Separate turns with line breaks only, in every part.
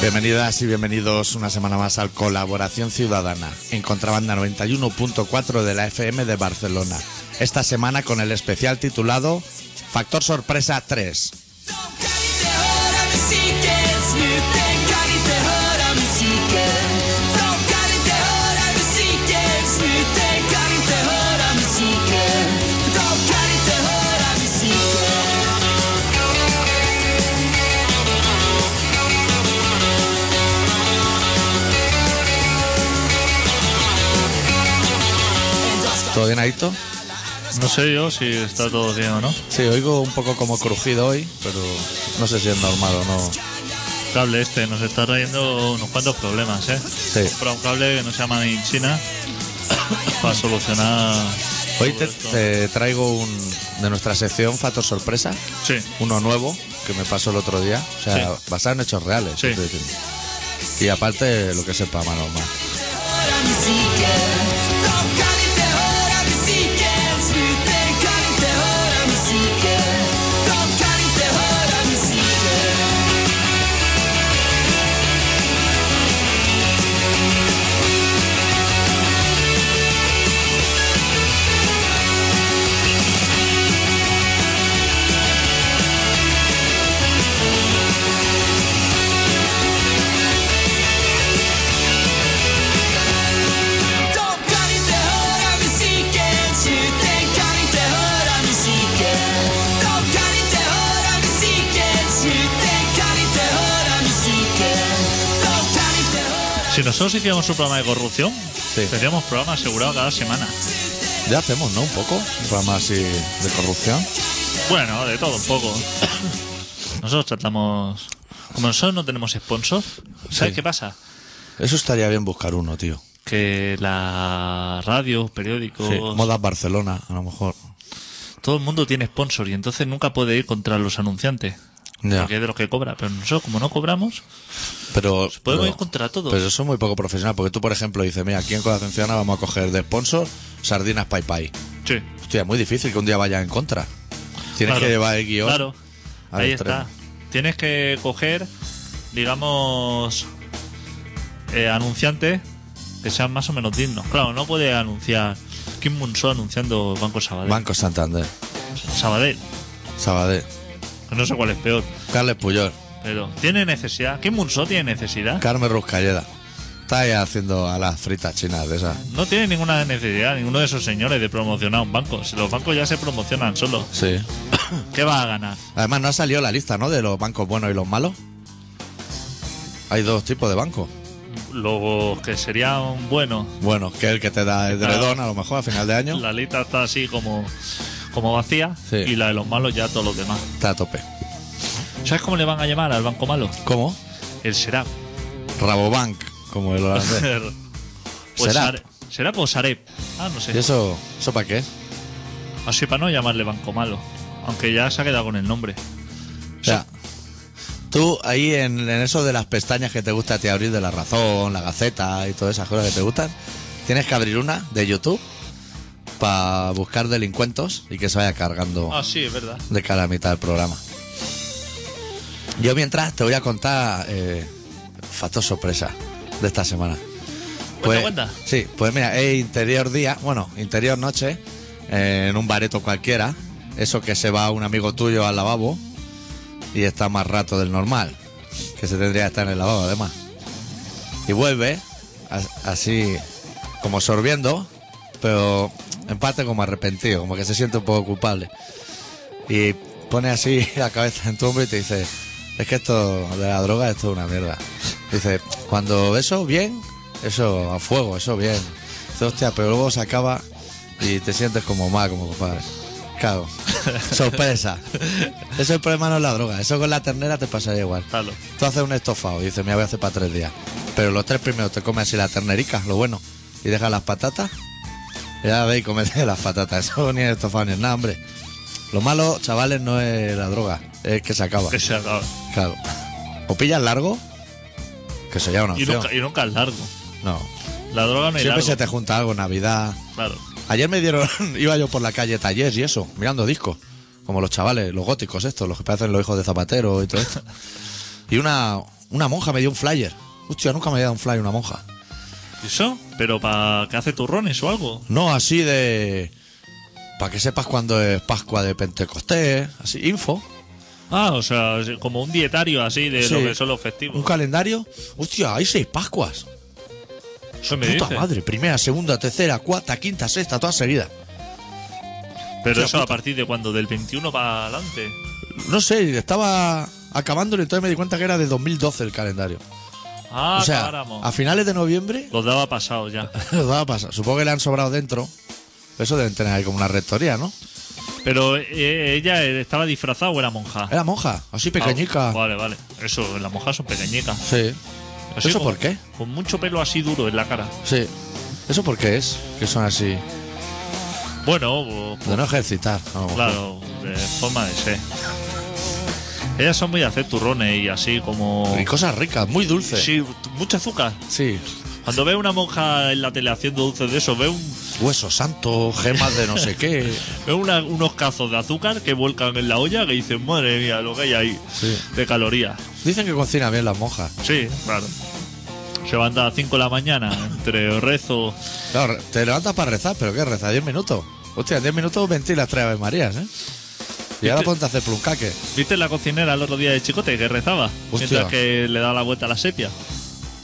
Bienvenidas y bienvenidos una semana más al Colaboración Ciudadana en Contrabanda 91.4 de la FM de Barcelona. Esta semana con el especial titulado Factor Sorpresa 3. ¿Todo bien, Adicto?
No sé yo si está todo bien o no.
Sí, oigo un poco como crujido hoy, pero no sé si es normal o no.
Cable este nos está trayendo unos cuantos problemas, ¿eh?
Sí.
Compra un cable que no se llama ni en China para solucionar.
Hoy
todo
te,
esto.
te traigo un de nuestra sección Factor Sorpresa,
Sí,
uno nuevo que me pasó el otro día, o sea,
Sí.
basado en hechos reales.
Sí.
estoy diciendo. Y aparte lo que sepa mano más.
si nosotros hiciéramos un programa de corrupción,
Sí.
tendríamos programa asegurado cada semana.
Ya hacemos, ¿no? Un poco, un programa así de corrupción.
Bueno, de todo un poco. Nosotros tratamos. Como nosotros no tenemos sponsor, ¿sabes
Sí.
qué pasa?
Eso estaría bien buscar uno, tío.
Que la radio, periódicos,
Sí. Moda Oh. Barcelona, a lo mejor.
todo el mundo tiene sponsor y entonces nunca puede ir contra los anunciantes.
Ya.
Porque es de los que cobra. Pero nosotros, como no cobramos,
Pero,
podemos
pero-
ir contra todos.
Pero eso es muy poco profesional, porque tú, por ejemplo, dices, mira, aquí en Colacenciana vamos a coger de sponsor sardinas Pai Pai.
Sí.
Hostia, es muy difícil que un día vaya en contra. Tienes
Claro,
que llevar el guión.
Claro.
al
Ahí
extremo.
está. Tienes que coger, digamos, eh, anunciantes que sean más o menos dignos. Claro, no puede anunciar Kim Munso anunciando Banco Sabadell.
Banco Santander,
Sabadell.
Sabadell,
No sé cuál es peor,
Carles Puyol,
pero tiene necesidad. Kim Munso tiene necesidad.
Carmen Ruscalleda. Está ahí haciendo a las fritas chinas de esas.
No tiene ninguna necesidad, ninguno de esos señores, de promocionar un banco. Si los bancos ya se promocionan solos,
Sí.
¿qué va a ganar?
Además, no ha salido la lista, ¿no? De los bancos buenos y los malos. Hay dos tipos de bancos.
Los que serían buenos
Bueno, que es el que te da el redón, a lo mejor, a final de año.
La lista está así como, como vacía
Sí.
y la de los malos ya todos los demás.
Está a tope.
¿Sabes cómo le van a llamar al banco malo?
¿Cómo?
El Serap.
Rabobank, como el holandés.
Pues
Serap.
Sare- Serap o Sarep. Ah, no sé.
¿Y eso, eso para qué es?
Así para no llamarle banco malo. Aunque ya se ha quedado con el nombre.
O sea, tú ahí en, en eso de las pestañas que te gusta a ti abrir de la razón, la gaceta y todas esas cosas que te gustan, tienes que abrir una de YouTube para buscar delincuentos y que se vaya cargando
Ah, sí, es verdad.
de cara a mitad del programa. Yo mientras te voy a contar eh, factor sorpresa de esta semana. Pues,
cuenta.
Sí, pues mira, es interior día, bueno, interior noche, eh, en un bareto cualquiera. Eso que se va un amigo tuyo al lavabo y está más rato del normal, que se tendría que estar en el lavabo además. Y vuelve, a- así como sorbiendo, pero en parte como arrepentido, como que se siente un poco culpable. Y pone así la cabeza en tu hombro y te dice, es que esto de la droga, esto es una mierda. Dice, cuando eso bien, eso a fuego, eso bien. Dice, hostia, pero luego se acaba y te sientes como mal, como compadre. Cago. Sorpresa. Eso el problema no es la droga. Eso con la ternera te pasaría igual.
Claro.
Tú haces un estofado y dices, me voy a hacer para tres días. Pero los tres primeros te comes así la ternerica, lo bueno. Y dejas las patatas. Ya veis, comete las patatas. Eso ni el estofado ni es nada, hombre. Lo malo, chavales, no es la droga. Es que se acaba.
Que se acaba.
Claro. O pillas largo, que eso ya es una
Y
opción.
nunca, y nunca es largo.
No.
La droga no es
Siempre
largo.
se te junta algo, Navidad.
Claro.
Ayer me dieron, iba yo por la calle Tallers y eso, mirando discos. como los chavales, los góticos estos, los que parecen los hijos de Zapatero y todo esto. Y una, una monja me dio un flyer. Hostia, nunca me había dado un flyer una monja.
¿Eso? ¿Pero para que hace turrones o algo?
No, así de... Para que sepas cuándo es Pascua de Pentecostés, así, info.
Ah, o sea, como un dietario así de lo
Sí.
que son los
Un
festivos.
calendario. Hostia, hay seis Pascuas.
Eso me
Puta
dice.
madre. Primera, segunda, tercera, cuarta, quinta, sexta, todas seguidas.
Pero
Hostia
eso a
puta.
partir de cuando, del 21 para adelante.
No sé, estaba acabándolo y entonces me di cuenta que era de 2012 el calendario.
Ah,
o sea,
caramba.
a finales de noviembre
Los daba pasado ya.
Lo daba pasar. Supongo que le han sobrado dentro. Eso deben tener ahí como una rectoría, ¿no?
Pero eh, ella eh, estaba disfrazada o era monja.
Era monja, así
Ah,
pequeñica.
vale, vale. Eso, las monjas son pequeñicas.
Sí.
Así
¿Eso
con-
por qué?
Con mucho pelo así duro en la cara.
Sí. ¿Eso por qué es? Que son así.
Bueno,
De no ejercitar. a lo mejor.
Claro, de forma de ser. Ellas son muy de hacer turrones y así como.
Y cosas ricas, muy dulces.
Sí, t- mucho azúcar.
Sí.
Cuando ve una monja en la tele haciendo dulces de eso, ve, un,
Hueso santo, gemas de no sé qué.
ve una- unos cazos de azúcar que vuelcan en la olla que dicen, madre mía, lo que hay ahí
Sí.
de calorías.
Dicen que cocina bien las monjas.
Sí, claro. Se van a las 5 de la mañana entre rezo.
Claro, te levantas para rezar, pero ¿qué rezar? 10 minutos. Hostia, 10 minutos ventilas tres Ave Marías, ¿eh? Y ahora
te-
ponte a hacer pluncaque.
¿Viste la cocinera el otro día de Chicote que rezaba?
Hostia.
Mientras que le daba la vuelta a la sepia.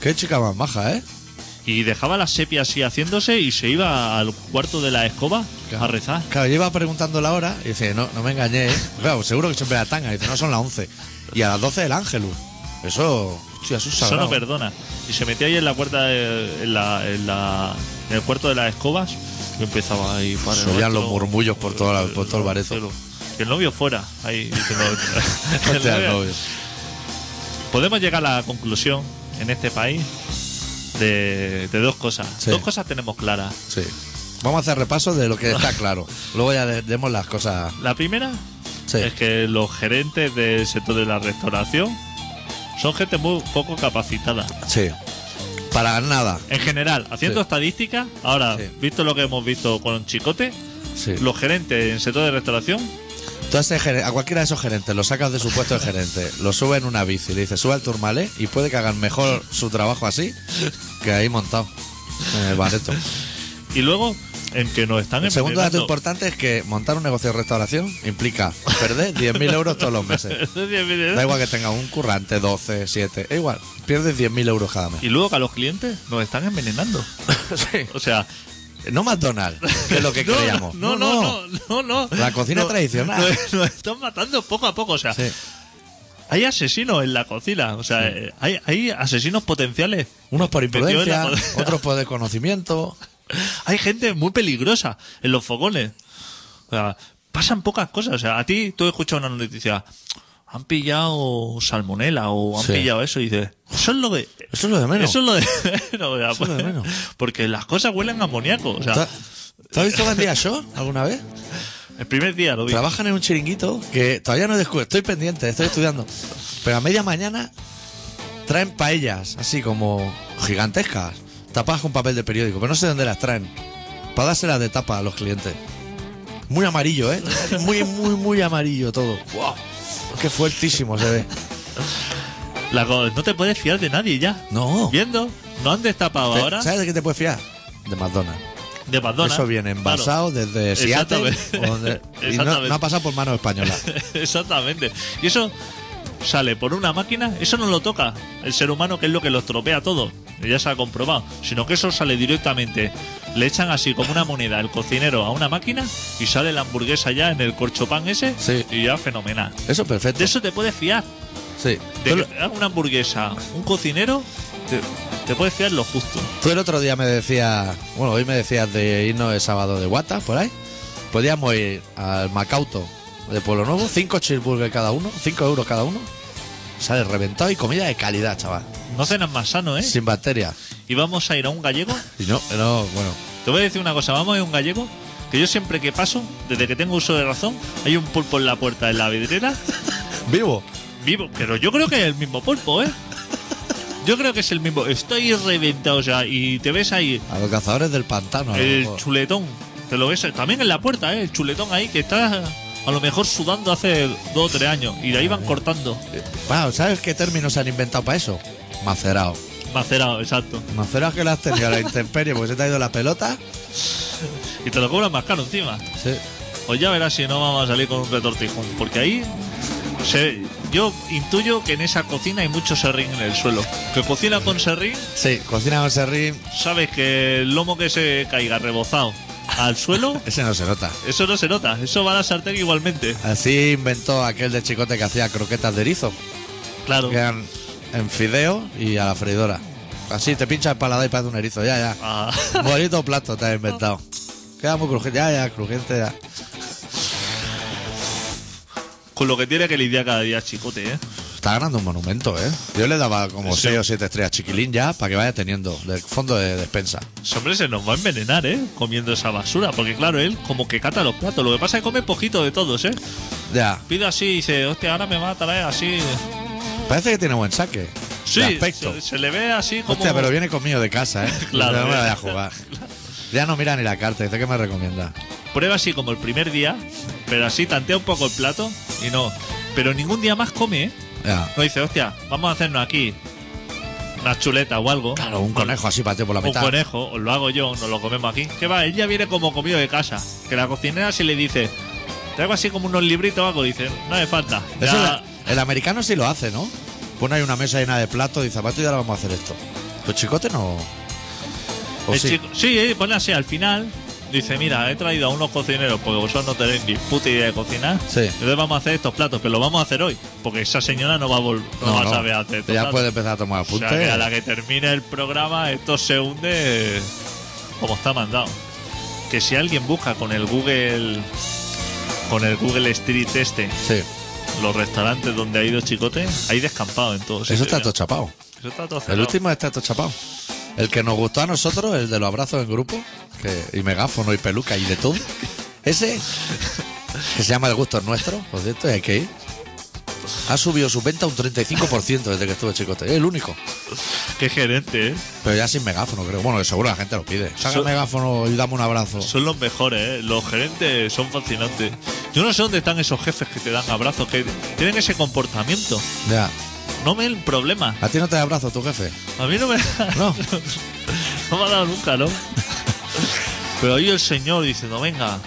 Qué chica más maja, ¿eh?
Y dejaba la sepia así haciéndose y se iba al cuarto de la escoba a rezar.
Claro, yo iba preguntando la hora y dice, no, no me engañé. ¿eh? Claro, seguro que siempre la tanga. Dice, no, son las 11. Y a las 12 el Ángelus. Eso, hostia, eso es
Eso
sagrado.
no perdona. Y se metía ahí en la puerta, de- en, la, en, la- en el cuarto de las escobas y empezaba ahí. para
Se oían los murmullos por toda la- por todo el barezo.
Que el novio fuera ahí. diciendo- el
Hostia,
novio-
no, eh.
Podemos llegar a la conclusión en este país de, de dos cosas.
Sí.
Dos cosas tenemos claras.
Sí. Vamos a hacer repaso de lo que está claro. Luego ya de- demos las cosas.
La primera
Sí.
es que los gerentes del sector de la restauración son gente muy poco capacitada.
Sí. Para nada.
En general, haciendo
Sí.
estadísticas, ahora,
Sí.
visto lo que hemos visto con Chicote,
Sí.
los gerentes en sector de restauración,
Tú a, ese ger- a cualquiera de esos gerentes lo sacas de su puesto de gerente, lo sube en una bici, le dices, sube al turmalé y puede que hagan mejor su trabajo así que ahí montado en el bareto.
y luego en que nos están
El segundo dato
envenenando.
importante es que montar un negocio de restauración implica perder 10.000 euros todos los meses. Da igual que tengas un currante, 12, 7, es igual, pierdes 10.000 euros cada mes.
Y luego que a los clientes nos están envenenando.
Sí.
O sea,
No McDonald's, que es lo que
no,
creíamos.
No, no, no, no, no.
La cocina
No,
tradicional.
Nos, nos están matando poco a poco. O sea,
Sí.
hay asesinos en la cocina. O sea, eh, hay, hay asesinos potenciales.
Unos por
metidos en la
imprudencia,
cocina.
otros por desconocimiento.
Hay gente muy peligrosa en los fogones. O sea, pasan pocas cosas. O sea, a ti tú escuchas una noticia. Han pillado salmonela o han
Sí.
pillado eso y dices, eso es lo de...
Eso es lo de menos.
Eso es lo de menos, o sea,
Eso es lo de menos.
Porque las cosas huelen a amoníaco. O sea,
¿Tú has- ¿Tú has visto Gandía Shore alguna vez?
el primer día lo vi.
Trabajan en un chiringuito que todavía no he descubierto. Estoy pendiente, estoy estudiando. Pero a media mañana traen paellas, así como gigantescas, tapadas con papel de periódico. Pero no sé dónde las traen. Para dárselas de tapa a los clientes. Muy amarillo, ¿eh? Muy, muy, muy amarillo todo. ¡Wow! ¡Qué fuertísimo se ve!
La co- no te puedes fiar de nadie ya.
No.
Viendo, no han destapado
Te-
ahora
¿Sabes de qué te puedes fiar? De McDonald's.
de Pandora.
Eso viene envasado desde Seattle.
Exactamente.
o donde- y no,
Exactamente.
no ha pasado por manos españolas.
Exactamente. Y eso sale por una máquina, eso no lo toca el ser humano, que es lo que lo estropea todo. y Ya se ha comprobado. Sino que eso sale directamente. Le echan así como una moneda el cocinero a una máquina y sale la hamburguesa ya en el corchopán ese
Sí.
y ya fenomenal.
Eso es perfecto.
De eso te puedes fiar.
Sí.
De
Tú
que
lo-
te haga una hamburguesa, un cocinero, te, te puedes fiar lo justo.
Tú el otro día me decías, bueno, hoy me decías de irnos el sábado de Guata, por ahí. Podíamos ir al Macauto de Pueblo Nuevo, cinco cheeseburger cada uno, cinco euros cada uno. Sale reventado y comida de calidad, chaval.
No cenas más sano, ¿eh?
Sin bacterias.
Y vamos a ir a un gallego.
Y no, no, bueno.
Te voy a decir una cosa, vamos a ir a un gallego, que yo siempre que paso, desde que tengo uso de razón, hay un pulpo en la puerta de la vidriera,
Vivo.
vivo, pero yo creo que es el mismo pulpo, ¿eh? Yo creo que es el mismo, estoy reventado, o sea, y te ves ahí
A los cazadores del pantano. a lo
el
mejor.
chuletón, te lo ves también en la puerta, ¿eh? El chuletón ahí que está a lo mejor sudando hace dos o tres años y de ahí van cortando.
Wow, ¿sabes qué términos se han inventado para eso? Macerado.
Macerado, exacto.
Macerado que lo has tenido a la intemperie porque se te ha ido la pelota.
Y te lo cobran más caro encima.
Sí.
Pues ya verás si no vamos a salir con un retortijón. Porque ahí se- yo intuyo que en esa cocina hay mucho serrín en el suelo. Que cocina con serrín,
Sí, cocina con serrín,
sabes que el lomo que se caiga rebozado al suelo,
ese no se nota.
eso no se nota. Eso va a la sartén igualmente.
Así inventó aquel de chicote que hacía croquetas de erizo,
Claro.
que eran en fideo y a la freidora. Así te pincha el paladar y parece un erizo, ya, ya.
Ah,
Bonito plato te has inventado. Queda muy crujiente, ya, ya, crujiente, ya.
con lo que tiene que lidiar cada día, chicote, ¿eh?
Está ganando un monumento, ¿eh? Yo le daba como
Sí.
6 o 7 estrellas chiquilín ya para que vaya teniendo del fondo de despensa.
Ese hombre se nos va a envenenar, ¿eh? Comiendo esa basura. Porque claro, él como que cata los platos. Lo que pasa es que come poquito de todos, ¿eh?
Ya,
Pide así y dice, hostia, ahora me va a traer así.
parece que tiene buen saque.
Sí,
de aspecto.
Se, se le ve así como...
Hostia, pero viene conmigo de casa, ¿eh?
Claro.
No me voy a jugar. Ya no mira ni la carta, dice que me recomienda.
Prueba así como el primer día, pero así tantea un poco el plato y no. Pero ningún día más come, ¿eh?
Ya.
No dice, hostia, vamos a hacernos aquí una chuleta o algo.
Claro, un conejo así pateo por la
Un
mitad.
conejo, os lo hago yo, nos lo comemos aquí. Que va, ella viene como comido de casa. Que la cocinera si le dice, traigo así como unos libritos o algo, dice, no me falta.
Eso
Ya-
el, el americano sí lo hace, ¿no? Pone ahí una mesa llena de platos y zapatos y ahora vamos a hacer esto. Los chicote no. ¿O
el
sí?
chico- sí, eh, pone así al final. Dice, mira, he traído a unos cocineros porque vosotros no tenéis ni puta idea de cocinar.
Sí.
Entonces vamos a hacer estos platos, pero lo vamos a hacer hoy. Porque esa señora no va a, vol- no va a saber hacer estos
Ya
platos.
puede empezar a tomar
O sea,
apuntes.
que a la que termine el programa, esto se hunde eh, como está mandado. Que si alguien busca con el Google, con el Google Street este,
Sí.
los restaurantes donde ha ido Chicote, hay descampado en todos.
Eso
sitios,
está
ya.
todo chapado.
Eso está todo
El
cerrado.
último está todo chapado. El que nos gustó a nosotros, el de los abrazos en grupo, que- y megáfono y peluca y de todo. Ese, que se llama El Gusto es Nuestro, por cierto, y hay que ir. Ha subido su venta un 35% desde que estuvo chicote. Es el único.
Qué gerente, ¿eh?
Pero ya sin megáfono, creo. Bueno, seguro la gente lo pide. Saca
Eso-
el megáfono y dame un abrazo.
Son los mejores, ¿eh? Los gerentes son fascinantes. Yo no sé dónde están esos jefes que te dan abrazos, que tienen ese comportamiento.
Ya.
No me el problema.
¿A ti no te da abrazo tu jefe?
A mí no me
No.
No me ha dado nunca, ¿no? Pero ahí el señor diciendo, venga,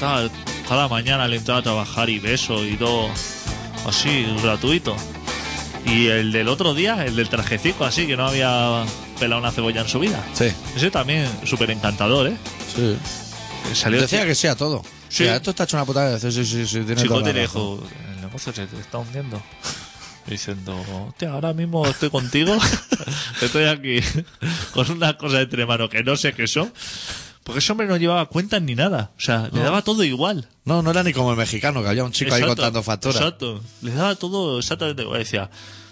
tal, cada mañana le entraba a trabajar y beso y todo así, gratuito. Y el del otro día, el del trajecico así, que no había pelado una cebolla en su vida.
Sí.
Ese también, súper encantador, ¿eh?
sí.
Que Salió
Decía que sí a todo.
Sí.
Mira, esto está hecho una putada. Dice, Sí, sí, sí. tiene toda
Chicote
la
le
razón.
dijo, el negocio se te está hundiendo. Diciendo, hostia, ahora mismo estoy contigo, estoy aquí con unas cosas entre manos que no sé qué son. Porque ese hombre no llevaba cuentas ni nada. O sea, le daba todo igual.
No, no era ni como el mexicano, que había un chico ahí
Exacto,
contando facturas.
Exacto. Le daba todo exactamente igual. Decía,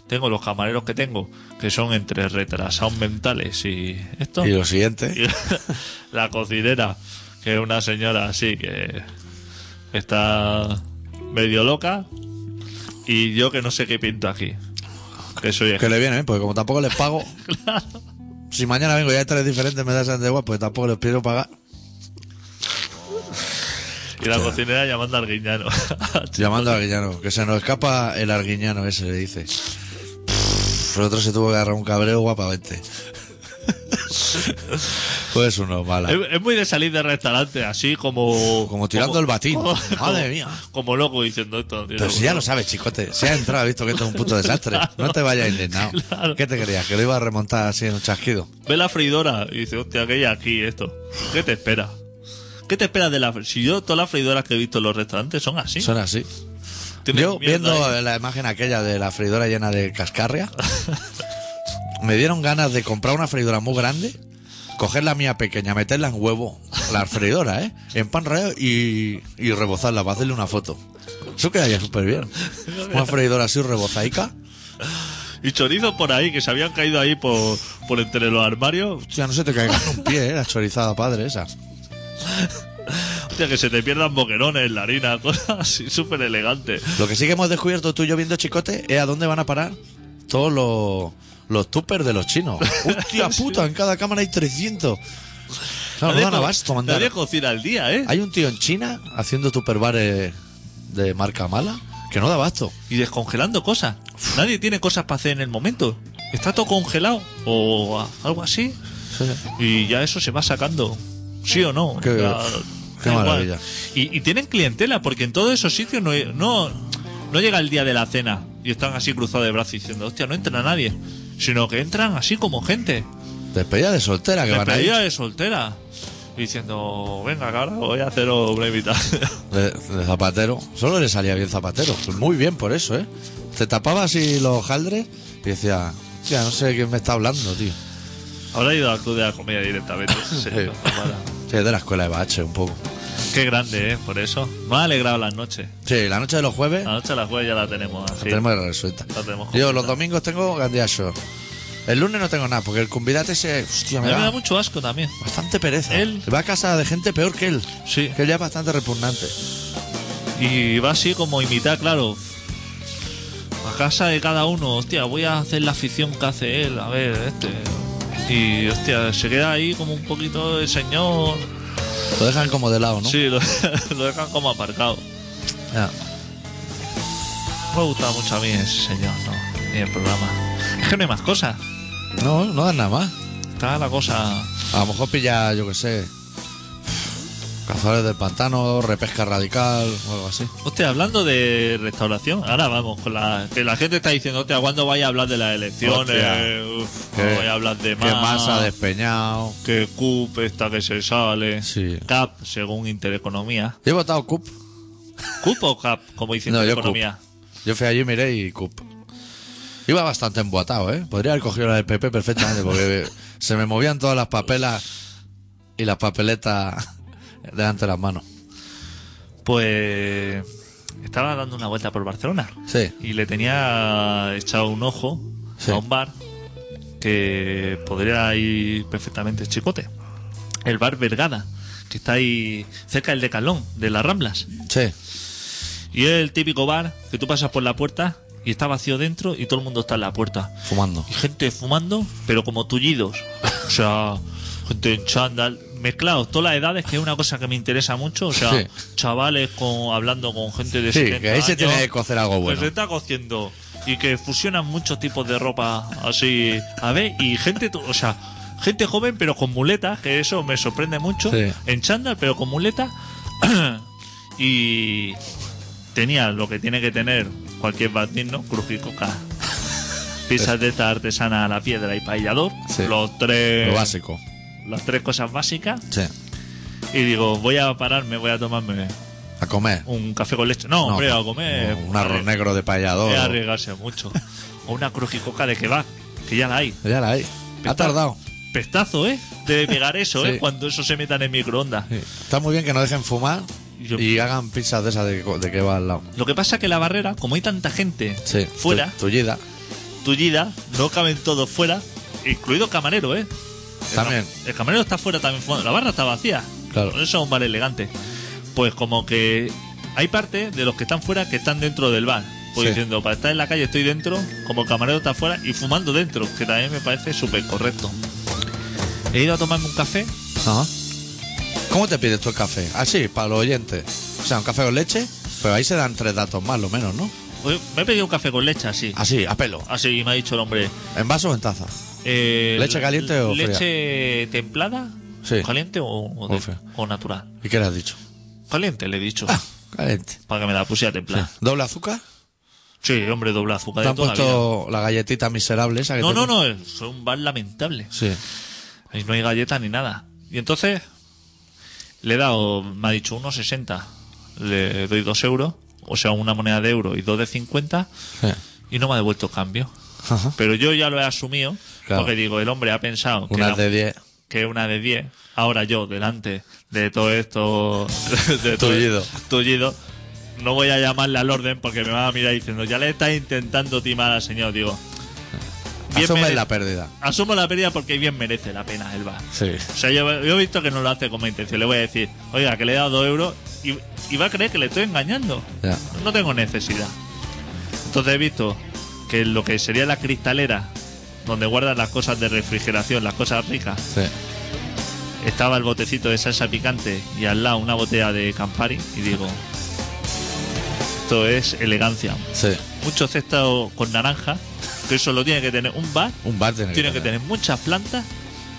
tengo los camareros que tengo, que son entre retrasados mentales y esto.
Y lo siguiente.
Y la cocinera, que es una señora así que está medio loca. Y yo que no sé qué pinto aquí. Que soy
Que le viene, ¿eh? porque como tampoco les pago. Si mañana vengo y hay tres diferentes, me das de igual, pues tampoco les pido pagar.
Y la cocinera llamando al guiñano.
Llamando al Arguiñano, que se nos escapa el Arguiñano ese, le dice. Pff, el otro se tuvo que agarrar un cabreo guapamente. pues uno, mala.
es, es muy de salir de restaurante, así como.
Como tirando el batín. Madre mía.
Como loco diciendo esto. no tiene
Pero si ya lo
sentido.
sabes, chicote. Si has entrado, has visto que esto es un puto desastre. No te vayas indignado. ¿Qué te creías? ¿Que lo iba a remontar así en un chasquido?
Ve la freidora y dice, hostia, aquella aquí, esto. ¿Qué te espera? ¿Qué te esperas de la fre- Si yo todas las freidoras que he visto en los restaurantes son así.
Suena así.
Tienen
Yo
mierda
viendo
ahí.
la imagen aquella de la freidora llena de cascarria, me dieron ganas de comprar una freidora muy grande, coger la mía pequeña, meterla en huevo, la freidora, ¿eh? En pan rallado y, y rebozarla para hacerle una foto. Eso quedaría súper bien. Una freidora así rebozaica.
Y chorizos por ahí, que se habían caído ahí por, por entre los armarios.
Hostia, no se te caiga en un pie, ¿eh? La chorizada padre esa.
Hostia, que se te pierdan boquerones, la harina, cosas así súper elegantes.
Lo que sí que hemos descubierto tú y yo viendo chicote es a dónde van a parar todos los, los tuppers de los chinos. Hostia puta, en cada cámara hay 300. Claro, no dan
co-
abasto, mandar.
nadie cocina al día, ¿eh?
Hay un tío en China haciendo tupperware de marca mala que no da abasto.
y descongelando cosas. Nadie tiene cosas para hacer en el momento. Está todo congelado o a- algo así. Y ya eso se va sacando. Sí o no.
Qué-
Ya,
qué
da igual.
maravilla.
Y, y tienen clientela porque en todos esos sitios no, no, no llega el día de la cena y están así cruzados de brazos diciendo, hostia, no entra nadie. Sino que entran así como gente.
Despedida de soltera que van a
Despedida de soltera. Diciendo, venga, cara, voy a hacer una invitación.
De, de zapatero. Solo le salía bien zapatero. Pues Muy bien por eso, ¿eh? Te tapaba así los hojaldres y decía, hostia, no sé de quién me está hablando, tío.
Ahora he ido al club de la comedia directamente. Sí, para.
Sí, es de la escuela de Bache, un poco.
Qué grande, ¿eh? Por eso. Me ha alegrado las noches.
Sí, la noche de los jueves
La noche a las jueves ya la tenemos
la
así.
tenemos resuelta.
La tenemos
Yo
completa.
los domingos tengo Gandía Show. El lunes no tengo nada, porque el convidate se. Hostia,
A
me
mí me da
da
mucho asco también.
bastante pereza.
Él-
Va a casa de gente peor que él.
Sí.
Que él ya es bastante repugnante.
Y va así como imitar, claro. A casa de cada uno. Hostia, voy a hacer la afición que hace él. A ver, este. Y, hostia, se queda ahí como un poquito el señor.
Lo dejan como de lado, ¿no?
Sí, lo, lo dejan como aparcado.
Ya.
No me gusta mucho a mí ese señor, no. Ni el programa. Es que no hay más cosas.
No, no dan nada más.
Está la cosa.
A lo mejor pilla, yo qué sé, cazadores del pantano, repesca radical o algo así.
Hostia, hablando de restauración, ahora vamos con la. Que la gente está diciendo, hostia, ¿cuándo vais a hablar de las elecciones?
Hostia. Que-
Uf, ¿Cuándo vais a hablar
Que
de más?
masa despeñado.
Que CUP, esta que se sale.
Sí.
CAP, según Intereconomía.
Yo he votado CUP.
¿CUP o CAP? Como dice
No, yo
Intereconomía.
Yo fui allí, miré y CUP. Iba bastante emboatado, ¿eh? Podría haber cogido la del PP perfectamente porque se me movían todas las papelas y las papeletas delante de las manos.
Pues. Estaba dando una vuelta por Barcelona.
Sí.
Y le tenía echado un ojo
Sí.
a un bar que podría ir perfectamente Chicote. El bar Vergada, que está ahí cerca del Decalón, de las Ramblas.
Sí.
Y es el típico bar que tú pasas por la puerta y está vacío dentro y todo el mundo está en la puerta.
Fumando.
Y gente fumando, pero como tullidos. O sea, gente en chándal, mezclados, todas las edades, que es una cosa que me interesa mucho. O sea,
Sí.
chavales con, hablando con gente de
Sí,
70
que ahí se
años,
tiene que cocer algo
que
bueno.
se está cociendo y que fusionan muchos tipos de ropa así. A ver, y gente, tu- o sea, gente joven pero con muletas, que eso me sorprende mucho.
Sí.
En chándal pero con muletas. y tenía lo que tiene que tener cualquier bar digno, crujicoca. Pizzas de esta artesana a la piedra y paillador.
Sí.
Los tres,
Lo básico.
las tres cosas básicas.
Sí.
Y digo, voy a pararme, voy a tomarme
A comer.
un café con leche. No, hombre, a comer.
Un arroz
eh,
negro de payador.
es arriesgarse mucho. O una crujicoca de que va, que ya la hay.
Ya la hay. Ha tardado.
Pestazo, ¿eh? De pegar eso,
Sí.
¿eh? Cuando eso se metan en microondas.
Sí. Está muy bien que no dejen fumar
Yo-
y hagan pizzas de esas de, co- de que va al lado.
Lo que pasa es que la barrera, como hay tanta gente
Sí.
fuera,
Tu- Tullida.
tullida, no caben todos fuera, incluido camarero, ¿eh? El cam-
También.
El camarero está fuera también fumando. La barra está vacía.
Claro.
Por eso es un bar elegante. Pues como que hay parte de los que están fuera que están dentro del bar.
Sí.
Pues diciendo, para estar en la calle estoy dentro, como el camarero está fuera y fumando dentro, que también me parece súper correcto. He ido a tomarme un café.
Ajá. ¿Cómo te pides tú el café? Así, para los oyentes. O sea, un café con leche, pero ahí se dan tres datos más, lo menos, ¿no?
Oye, Me he pedido un café con leche así.
Así, a pelo.
Así me ha dicho el hombre.
¿En vaso o en taza?
eh,
¿Leche caliente o fría?
¿Leche templada?
Sí.
¿Caliente o, o
O
de-
fría.
o natural?
¿Y qué le has dicho?
Caliente, le he dicho.
Ah. Caliente.
Para que me la pusiera templada.
¿Doble azúcar?
Sí, hombre, doble
¿Te
azúcar de
han
toda la vida.
puesto la galletita miserable esa que
No,
te-
no, no, es un bar lamentable.
Sí.
Ahí no hay galleta ni nada. Y entonces le he dado, me ha dicho 1,60. Le doy 2 euros, o sea, una moneda de euro y dos de 50,
Sí.
y no me ha devuelto cambio.
Ajá.
Pero yo ya lo he asumido,
Ah. Claro.
porque digo, el hombre ha pensado que,
Una
la-
de diez.
que una de 10. Ahora yo, delante de todo esto, de todo-
Tullido.
tullido, no voy a llamarle al orden porque me van a mirar diciendo, ya le está intentando timar al señor. Digo, bien
Asume
mere-
la pérdida.
asumo la pérdida porque bien merece la pena el bar.
Sí.
O sea, yo, yo he visto que no lo hace con mala intención. Le voy a decir, oiga, que le he dado dos euros y, y va a creer que le estoy engañando.
Ya.
No tengo necesidad. Entonces he visto que lo que sería la cristalera, donde guardan las cosas de refrigeración, las cosas ricas,
Sí.
estaba el botecito de salsa picante y al lado una botella de Campari. Y digo, Esto es elegancia.
Sí.
Mucho cesto con naranja, que eso lo tiene que tener un bar,
Un bar tiene,
tiene que tener muchas plantas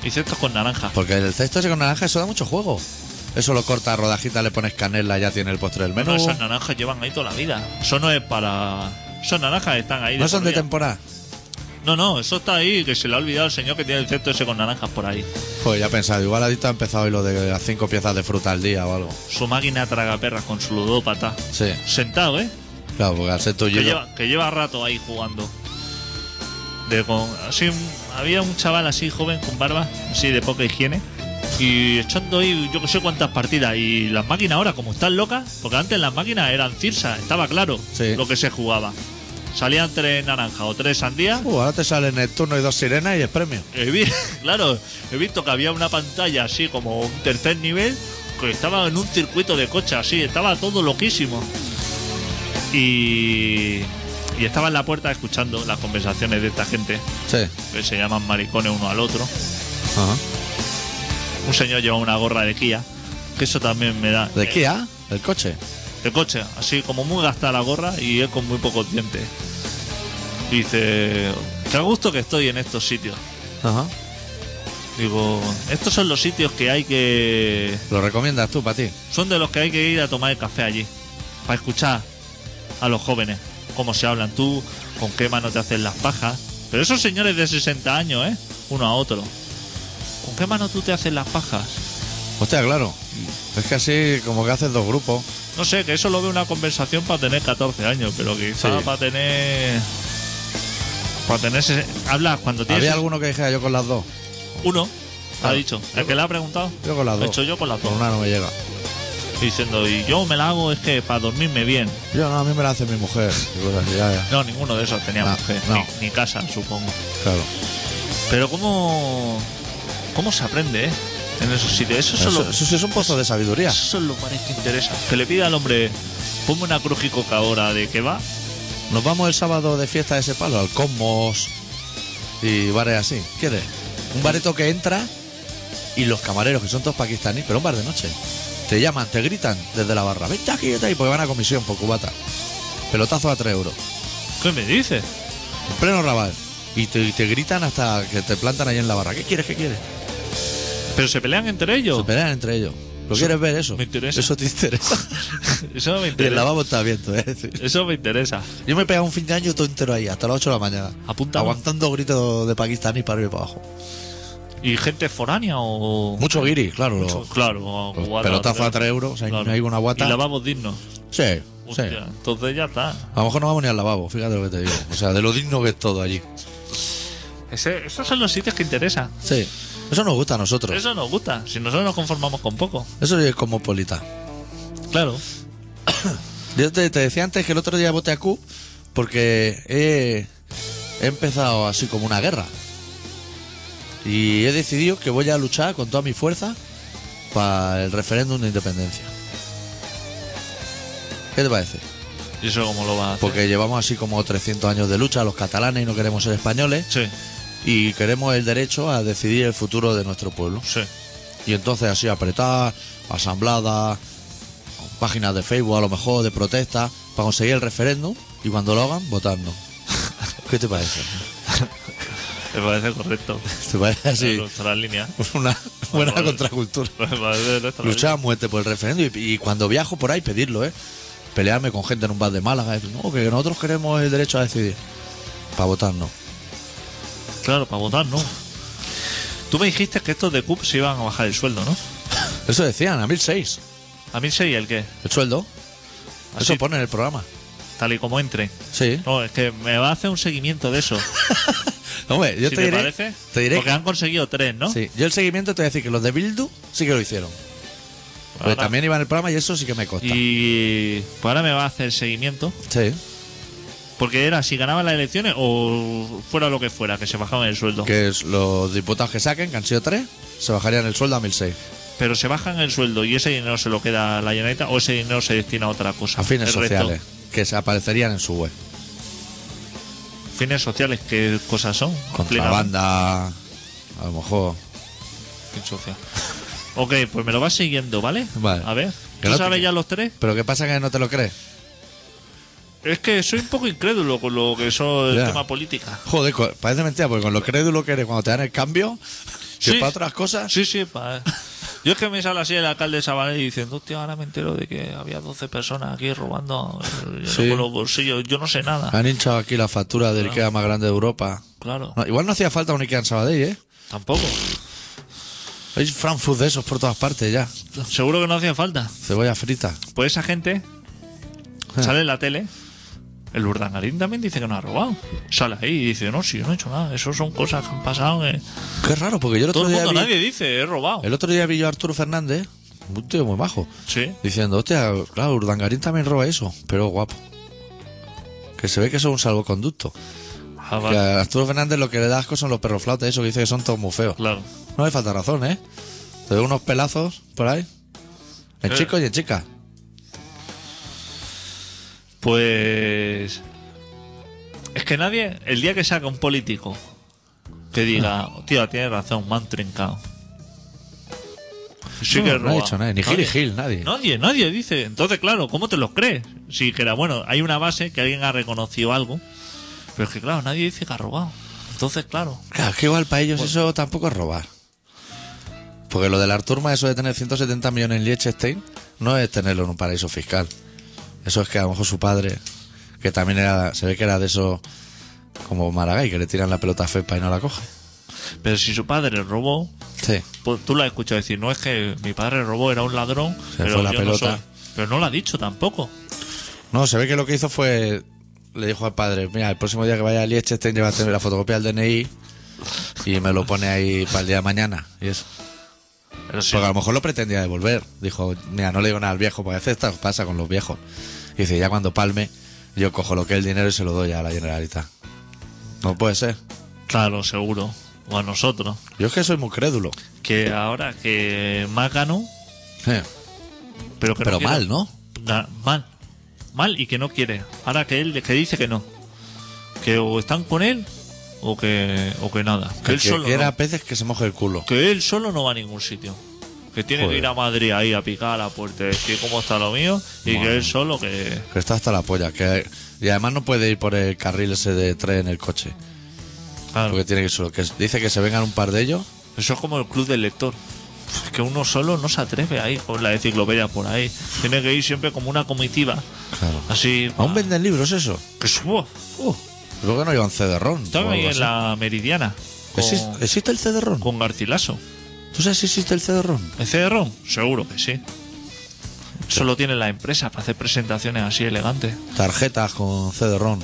y cestos con naranja.
Porque el cesto ese con naranja, eso da mucho juego. Eso lo corta a rodajitas, le pones canela, ya tiene el postre del menú.
Bueno, esas naranjas llevan ahí toda la vida. Eso no es para. Esas naranjas están ahí.
no son
por
de
vida.
temporada.
No, no, eso está ahí, que se le ha olvidado el señor que tiene el cesto ese con naranjas por ahí.
Pues ya he pensado, igual adicto ha empezado hoy lo de las cinco piezas de fruta al día o algo.
Su máquina traga perras con su ludópata.
Sí,
Sentado, ¿eh?
claro, porque al ser tuyo.
Que lleva, que lleva rato ahí jugando. De con, así, un- había un chaval así joven con barba, así de poca higiene. Y echando ahí yo que sé cuántas partidas. Y las máquinas ahora, como están locas, porque antes las máquinas eran cirsas, estaba claro
Sí.
lo que se jugaba. Salían tres naranjas o tres sandías.
Uh, ahora te salen el turno y dos sirenas y es premio.
He vi- claro, he visto que había una pantalla así como un tercer nivel que estaba en un circuito de coche así, estaba todo loquísimo. Y, y estaba en la puerta escuchando las conversaciones de esta gente
Sí.
que se llaman maricones uno al otro.
Ajá.
Un señor lleva una gorra de Kia, que eso también me da.
¿De Kia? ¿El coche?
de coche, así como muy gastada la gorra y él con muy pocos dientes. Y dice, qué a gusto que estoy en estos sitios.
Ajá.
Digo, estos son los sitios que hay que
¿Lo recomiendas tú para ti?
son de los que hay que ir a tomar el café allí, para escuchar a los jóvenes, cómo se hablan tú, con qué mano te hacen las pajas. Pero esos señores de 60 años, ¿eh? Uno a otro. ¿Con qué mano tú te haces las pajas?
Hostia, claro. Es que así como que haces dos grupos.
No sé, que eso lo veo una conversación para tener 14 años, pero quizá
Sí.
para tener... Para tener... se- Hablas cuando tienes...
¿Había alguno que dijera yo con las dos?
Uno, ha
Claro.
dicho. El que le ha preguntado.
Yo con las
Lo he
dos.
hecho yo con las dos.
Con una no me llega.
Diciendo, y yo me la hago es que para dormirme bien.
Yo no, a mí me la hace mi mujer. Y cosas así, ya, ya.
No, ninguno de esos tenía
No,
mujer,
Ah, no.
Ni, ni casa, supongo.
Claro.
Pero cómo, cómo se aprende, ¿eh? En esos sitios. Eso,
Eso,
solo,
eso sí es un pozo de sabiduría.
eso es lo que más te interesa. Que le pida al hombre, ponme una crujicoca ahora de que va.
Nos vamos el sábado de fiesta de ese palo, al Cosmos y bares así. ¿Quieres? Un bareto que entra y los camareros, que son todos pakistaníes, pero un bar de noche. Te llaman, te gritan desde la barra. Vete aquí, vete ahí, porque van a comisión por cubata. Pelotazo a 3 euros.
¿Qué me dices?
En pleno rabal. Y te, y te gritan hasta que te plantan ahí en la barra. ¿Qué quieres, qué quieres?
Pero se pelean entre ellos.
Se pelean entre ellos. ¿Lo quieres ver eso?
me interesa.
Eso te interesa.
Eso me
Y el
interesa.
lavabo está abierto, ¿eh? Sí.
Eso me interesa.
Yo me he pegado un fin de año todo entero ahí, hasta las 8 de la mañana.
Apunta, ¿no?
Aguantando gritos de pakistaní para arriba y para abajo.
¿Y gente foránea o.?
Pues Mucho Pues guiri, claro.
Mucho-
los-
claro,
los
cubana,
pelotazos
tal.
a 3 euros, hay,
eh, Claro.
hay una guata.
Y lavabos dignos.
Sí, sí.
Hostia, entonces ya está.
A lo mejor no vamos ni al lavabo, fíjate lo que te digo. O sea, de lo digno que es todo allí.
Ese- esos son los sitios que interesan.
Sí. Eso nos gusta a nosotros.
Eso nos gusta. Si nosotros nos conformamos con poco.
Eso sí es cosmopolita.
Claro.
Yo te, te decía antes que el otro día voté a Q porque he, he empezado así como una guerra. Y he decidido que voy a luchar con toda mi fuerza para el referéndum de independencia. ¿Qué te parece?
¿Y eso cómo lo va a hacer?
Porque llevamos así como 300 años de lucha los catalanes y no queremos ser españoles
Sí,
y queremos el derecho a decidir el futuro de nuestro pueblo.
sí.
Y entonces así apretar, asambladas, páginas de Facebook a lo mejor, de protesta, para conseguir el referéndum y cuando lo hagan, votarnos. ¿Qué te parece?
Me parece correcto.
¿Te parece
Sí.
así Pues
Nuestra línea.
una buena
Vale.
contracultura?
Me parece nuestra
Luchar a muerte por el referéndum y, y cuando viajo por ahí pedirlo, ¿eh? Pelearme con gente en un bar de Málaga, decir, no, que nosotros queremos el derecho a decidir. Para votarnos.
línea. Claro, para votar, ¿no? Tú me dijiste que estos de CUP se iban a bajar el sueldo, ¿no?
Eso decían, a 1006.
A mí sí, el qué?
El sueldo.
Así,
Eso pone en el programa.
tal y como entre.
Sí.
No, es que me va a hacer un seguimiento de eso.
Hombre, yo
si
te, diré,
parece?
te diré
Porque han conseguido tres, ¿no?
Sí, yo el seguimiento te voy a decir que los de Bildu sí que lo hicieron. Porque
Ahora-
pues también iban el programa y eso sí que me consta.
Y pues ahora me va a hacer seguimiento.
Sí,
Porque era si ganaban las elecciones o fuera lo que fuera, que se bajaban el sueldo.
que es los diputados que saquen, que han sido tres, se bajarían el sueldo a 1.600.
Pero se bajan el sueldo y ese dinero se lo queda a la llaneta o ese dinero se destina a otra cosa.
A fines
El resto-
sociales, que se aparecerían en su web.
fines sociales, ¿qué cosas son? Explícame.
Contrabanda, a lo mejor.
Fin social. Ok, pues me lo vas siguiendo, ¿vale?
Vale.
A ver.
Que
¿Tú
no te-
sabes ya los tres?
Pero ¿qué pasa que no te lo crees?
Es que soy un poco incrédulo con lo que son el
Ya.
tema política.
Joder, co- parece mentira, porque con lo crédulo que eres cuando te dan el cambio, que
Sí.
para otras cosas.
Sí, sí, pa- eh. Yo es que me sale así el alcalde de Sabadell diciendo, hostia, ahora me entero de que había 12 personas aquí robando eh,
Sí. Ah.
con los bolsillos. Yo no sé nada.
Han hinchado aquí la factura del
Ah.
IKEA más grande de Europa.
Claro,
No, igual no hacía falta un IKEA en Sabadell, ¿eh?
tampoco.
Hay Frankfurt de esos por todas partes ya.
Seguro que no hacía falta.
Cebolla frita.
Pues esa gente
Ah.
sale en la tele. El Urdangarín también dice que no ha robado. Sale ahí y dice, no, si yo no he hecho nada. Eso son cosas que han pasado. que
Qué raro, porque yo el otro
Todo el
día
mundo,
vi,
nadie dice, he robado.
el otro día vi yo a Arturo Fernández, un tío muy bajo,
Sí.
diciendo, hostia, claro, Urdangarín también roba eso, pero guapo. Que se ve que eso es un salvoconducto.
Ah,
Que
vale.
a Arturo Fernández lo que le da asco son los perroflautes, eso que dice que son todos muy feos.
Claro.
No le falta razón, ¿eh? Te doy unos pelazos por ahí. En
Eh.
chicos y en chicas.
Pues. Es que nadie, el día que saca un político que diga, tío, tiene razón, me han trincado. Sí
No,
que
no ha
roba.
dicho nadie, ni Gil y Gil, nadie.
Nadie, nadie dice. Entonces, claro, ¿cómo te los crees? Si que era bueno, hay una base que alguien ha reconocido algo, pero es que, claro, nadie dice que ha robado. Entonces, claro,
Claro, es que igual para ellos eso tampoco es robar. Porque lo de la Arturma, eso de tener 170 millones en Liechtenstein, no es tenerlo en un paraíso fiscal. Eso es que a lo mejor su padre, que también era, se ve que era de esos como Maragall, que le tiran la pelota a Fepa y no la coge.
pero si su padre robó,
Sí.
pues tú lo has escuchado decir, no es que mi padre robó, era un ladrón,
Se
pero
fue la
yo
pelota.
no soy. Pero no lo ha dicho tampoco.
No, se ve que lo que hizo fue, le dijo al padre, mira, el próximo día que vaya a Liechtenstein llévate la fotocopia del DNI y me lo pone ahí para el día de mañana. Y eso.
Pero si
Porque a lo mejor lo pretendía devolver. Dijo, mira, no le digo nada al viejo, porque a veces esto pasa con los viejos. Y dice, ya cuando palme, yo cojo lo que es el dinero y se lo doy a la generalita. No puede ser.
Claro, seguro. O a nosotros.
Yo es que soy muy crédulo.
Que ahora que más ganó,
Eh,
pero que
Pero
no quiere.
mal, ¿no?
Ga- Mal. Mal y que no quiere. Ahora que él que dice que no. Que o están con él o que, o que nada. Que,
Que
él
el que
solo
quiera
no,
peces que se moje el culo.
que él solo no va a ningún sitio. Que tiene
Joder.
que ir a Madrid ahí a picar a la puerta y decir cómo está lo mío. Y que él solo que.
Que está hasta la polla. Que... Y además no puede ir por el carril ese de tren en el coche.
Claro.
Porque tiene que ir solo. Que dice que se vengan un par de ellos.
Eso es como el club del lector. Es que uno solo no se atreve a ir con la enciclopedia por ahí. Tiene que ir siempre como una comitiva.
Claro.
Así.
¿Aún
pa-
venden libros eso?
Que subo.
Uh, creo que no llevan CD-ROM. o
Estaba ahí
algo
en
así.
la Meridiana. Con,
¿Existe, existe el CD-ROM?
con Garcilaso.
¿Tú sabes si existe el CD-ROM?
¿El CD-ROM? Seguro que sí. Solo tiene la empresa para hacer presentaciones así elegantes.
Tarjetas con CD-ROM.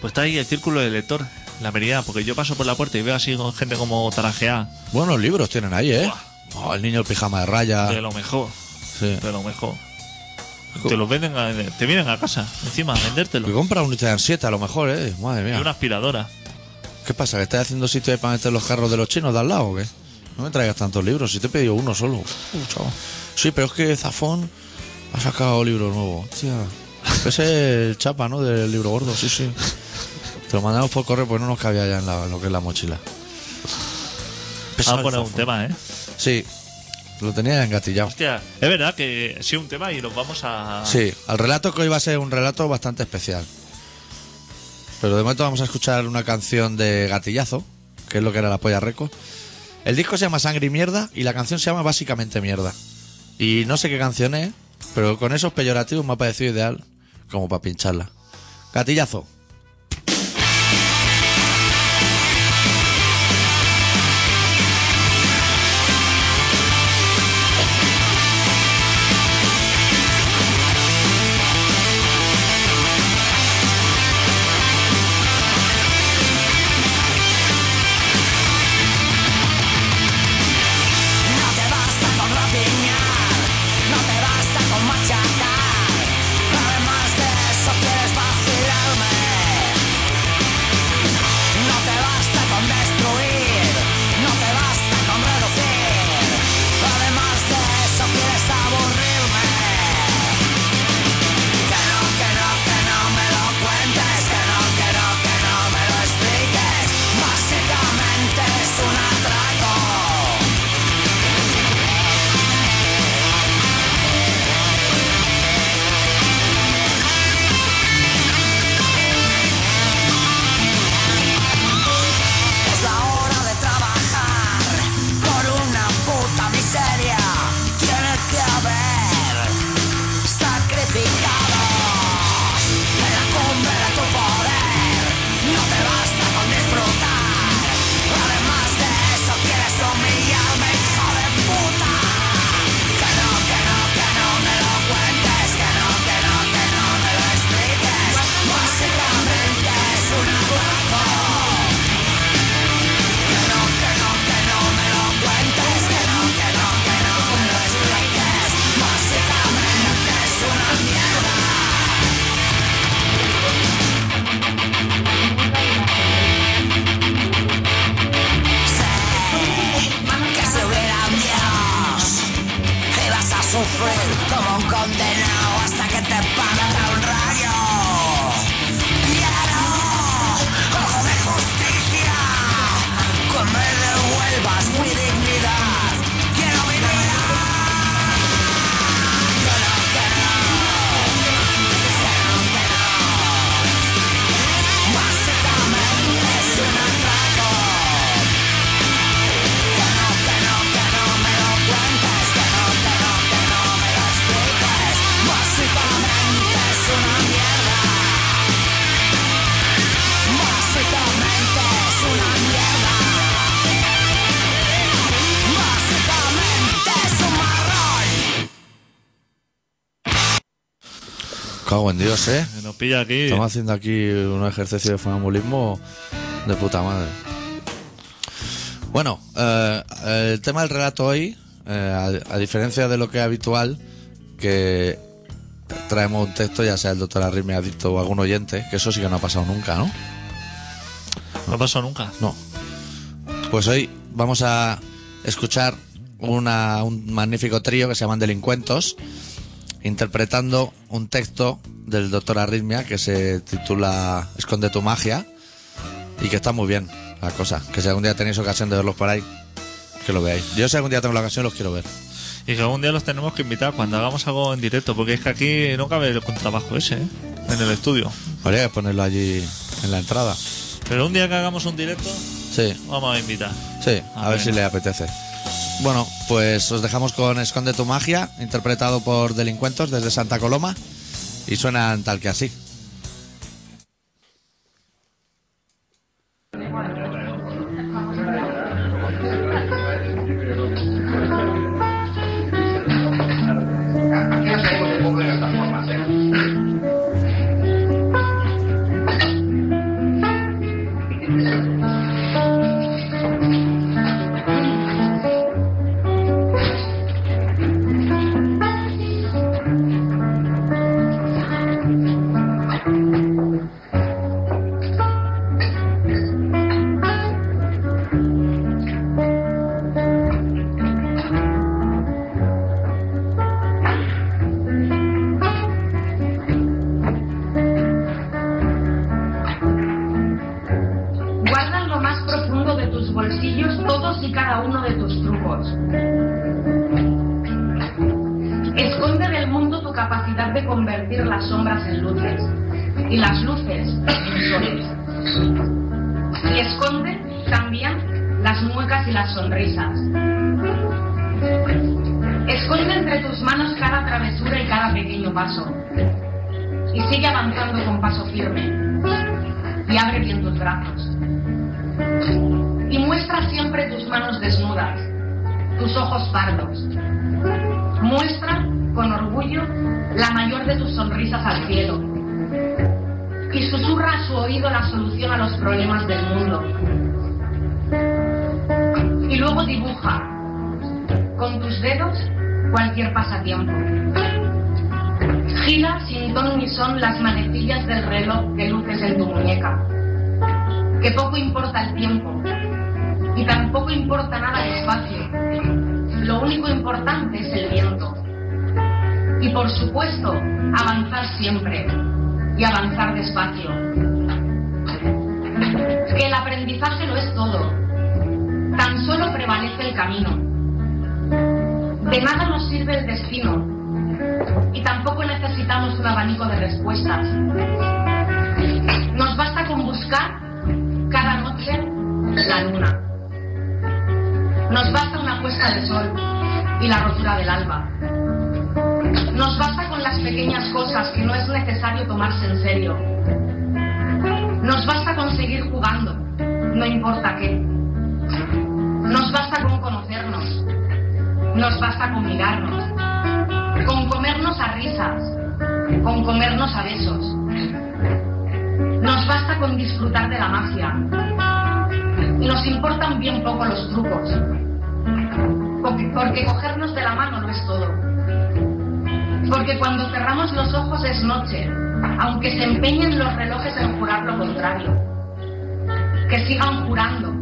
Pues está ahí el círculo del lector, la Meridiana, porque yo paso por la puerta y veo así con gente como tarajeada.
Buenos libros tienen ahí, ¿eh? Oh, el niño el pijama de raya.
De lo mejor,
Sí.
de lo mejor. Te los venden, a- te vienen a casa, encima, a
Que
vendértelo.
compra un Nissan 7 a lo mejor, ¿eh? Madre
Y
mía.
una aspiradora.
¿Qué pasa? ¿Que estás haciendo sitio ahí para meter los carros de los chinos de al lado o qué? No me traigas tantos libros, si te he pedido uno solo. Uh, chaval. Sí, pero es que Zafón ha sacado libro nuevo. Hostia. Ese es el chapa, ¿no? Del libro gordo, sí, sí. Te lo mandamos por correo porque no nos cabía ya en, la- lo que es la mochila.
Vamos
Pesado
a
el
poner Ah, un
Zafón.
tema, ¿eh?
Sí, lo tenía ya engatillado.
Hostia, es verdad que sí un tema y nos vamos a...
Sí, al relato que hoy va a ser un relato bastante especial. Pero de momento vamos a escuchar una canción de Gatillazo, que es lo que era la polla récord. El disco se llama Sangre y Mierda y la canción se llama Básicamente Mierda. Y no sé qué canción es, pero con esos peyorativos me ha parecido ideal como para pincharla. Gatillazo.
No te basta con rapiñar, no te basta con machacar. Además de eso quieres vacilarme. sufrir como un condenado hasta que te parta un rayo. Ya no, ojo de justicia, que me devuelvas mi dignidad. Quiero vivir.
Cago en Dios, ¿eh?
Que Nos pilla aquí.
Estamos haciendo aquí un ejercicio de fanambulismo de puta madre. Bueno, eh, el tema del relato hoy, eh, a, a diferencia de lo que es habitual, que traemos un texto, ya sea el doctor Arrimia adicto o algún oyente, que eso sí que no ha pasado nunca, ¿no?
No ha pasado nunca.
No. Pues hoy vamos a escuchar una- un magnífico trío que se llaman Delincuentos, interpretando un texto del doctor Arritmia que se titula Esconde tu magia y que está muy bien la cosa. Que si algún día tenéis ocasión de verlos por ahí, que lo veáis. Yo si algún día tengo la ocasión los quiero ver.
Y que algún día los tenemos que invitar cuando hagamos algo en directo, porque es que aquí no cabe el contrabajo ese, ¿eh? En el estudio.
Habría que ponerlo allí en la entrada.
Pero un día que hagamos un directo,
Sí,
vamos a invitar.
Sí, a,
A
ver
ver.
si le apetece. Bueno, pues os dejamos con Esconde tu magia, interpretado por delincuentos desde Santa Coloma, y suenan tal que así.
Guarda en lo más profundo de tus bolsillos todos y cada uno de tus trucos. Esconde del mundo tu capacidad de convertir las sombras en luces y las luces en soles. Y esconde también las muecas y las sonrisas. Esconde entre tus manos cada travesura y cada pequeño paso. Y sigue avanzando con paso firme. Y abre bien tus brazos y muestra siempre tus manos desnudas, tus ojos pardos. Muestra con orgullo la mayor de tus sonrisas al cielo y susurra a su oído la solución a los problemas del mundo. Y luego dibuja con tus dedos cualquier pasatiempo. Gira sin ton ni son las manecillas del reloj que luces en tu muñeca. Que poco importa el tiempo, y tampoco importa nada el espacio. Lo único importante es el viento. Y por supuesto, avanzar siempre y avanzar despacio. Que el aprendizaje lo es todo. Tan solo prevalece el camino. De nada nos sirve el destino. Y tampoco necesitamos un abanico de respuestas. Nos basta con buscar cada noche la luna. Nos basta una puesta de sol y la rotura del alba. Nos basta con las pequeñas cosas que no es necesario tomarse en serio. Nos basta con seguir jugando, no importa qué. Nos basta con conocernos. Nos basta con mirarnos. Con comernos a risas. Con comernos a besos. Nos basta con disfrutar de la magia. Y nos importan bien poco los trucos. Porque, porque cogernos de la mano no es todo. Porque cuando cerramos los ojos es noche, aunque se empeñen los relojes en jurar lo contrario. Que sigan jurando,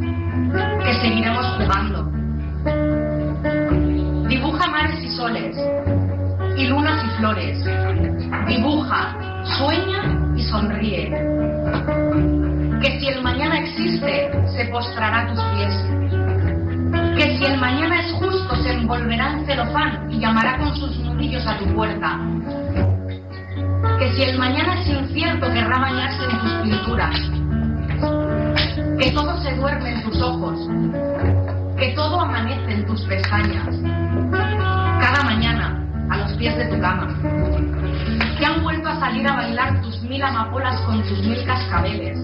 que seguiremos jugando. Dibuja mares y soles, y lunas y flores. Dibuja, sueña y sonríe. Que si el mañana existe, se postrará a tus pies. Que si el mañana es justo, se envolverá en celofán y llamará con sus nudillos a tu puerta. Que si el mañana es incierto, querrá bañarse en tus pinturas. Que todo se duerme en tus ojos. Que todo amanece en tus pestañas. Cada mañana, a los pies de tu cama. Que han vuelto a salir a bailar tus mil amapolas con tus mil cascabeles.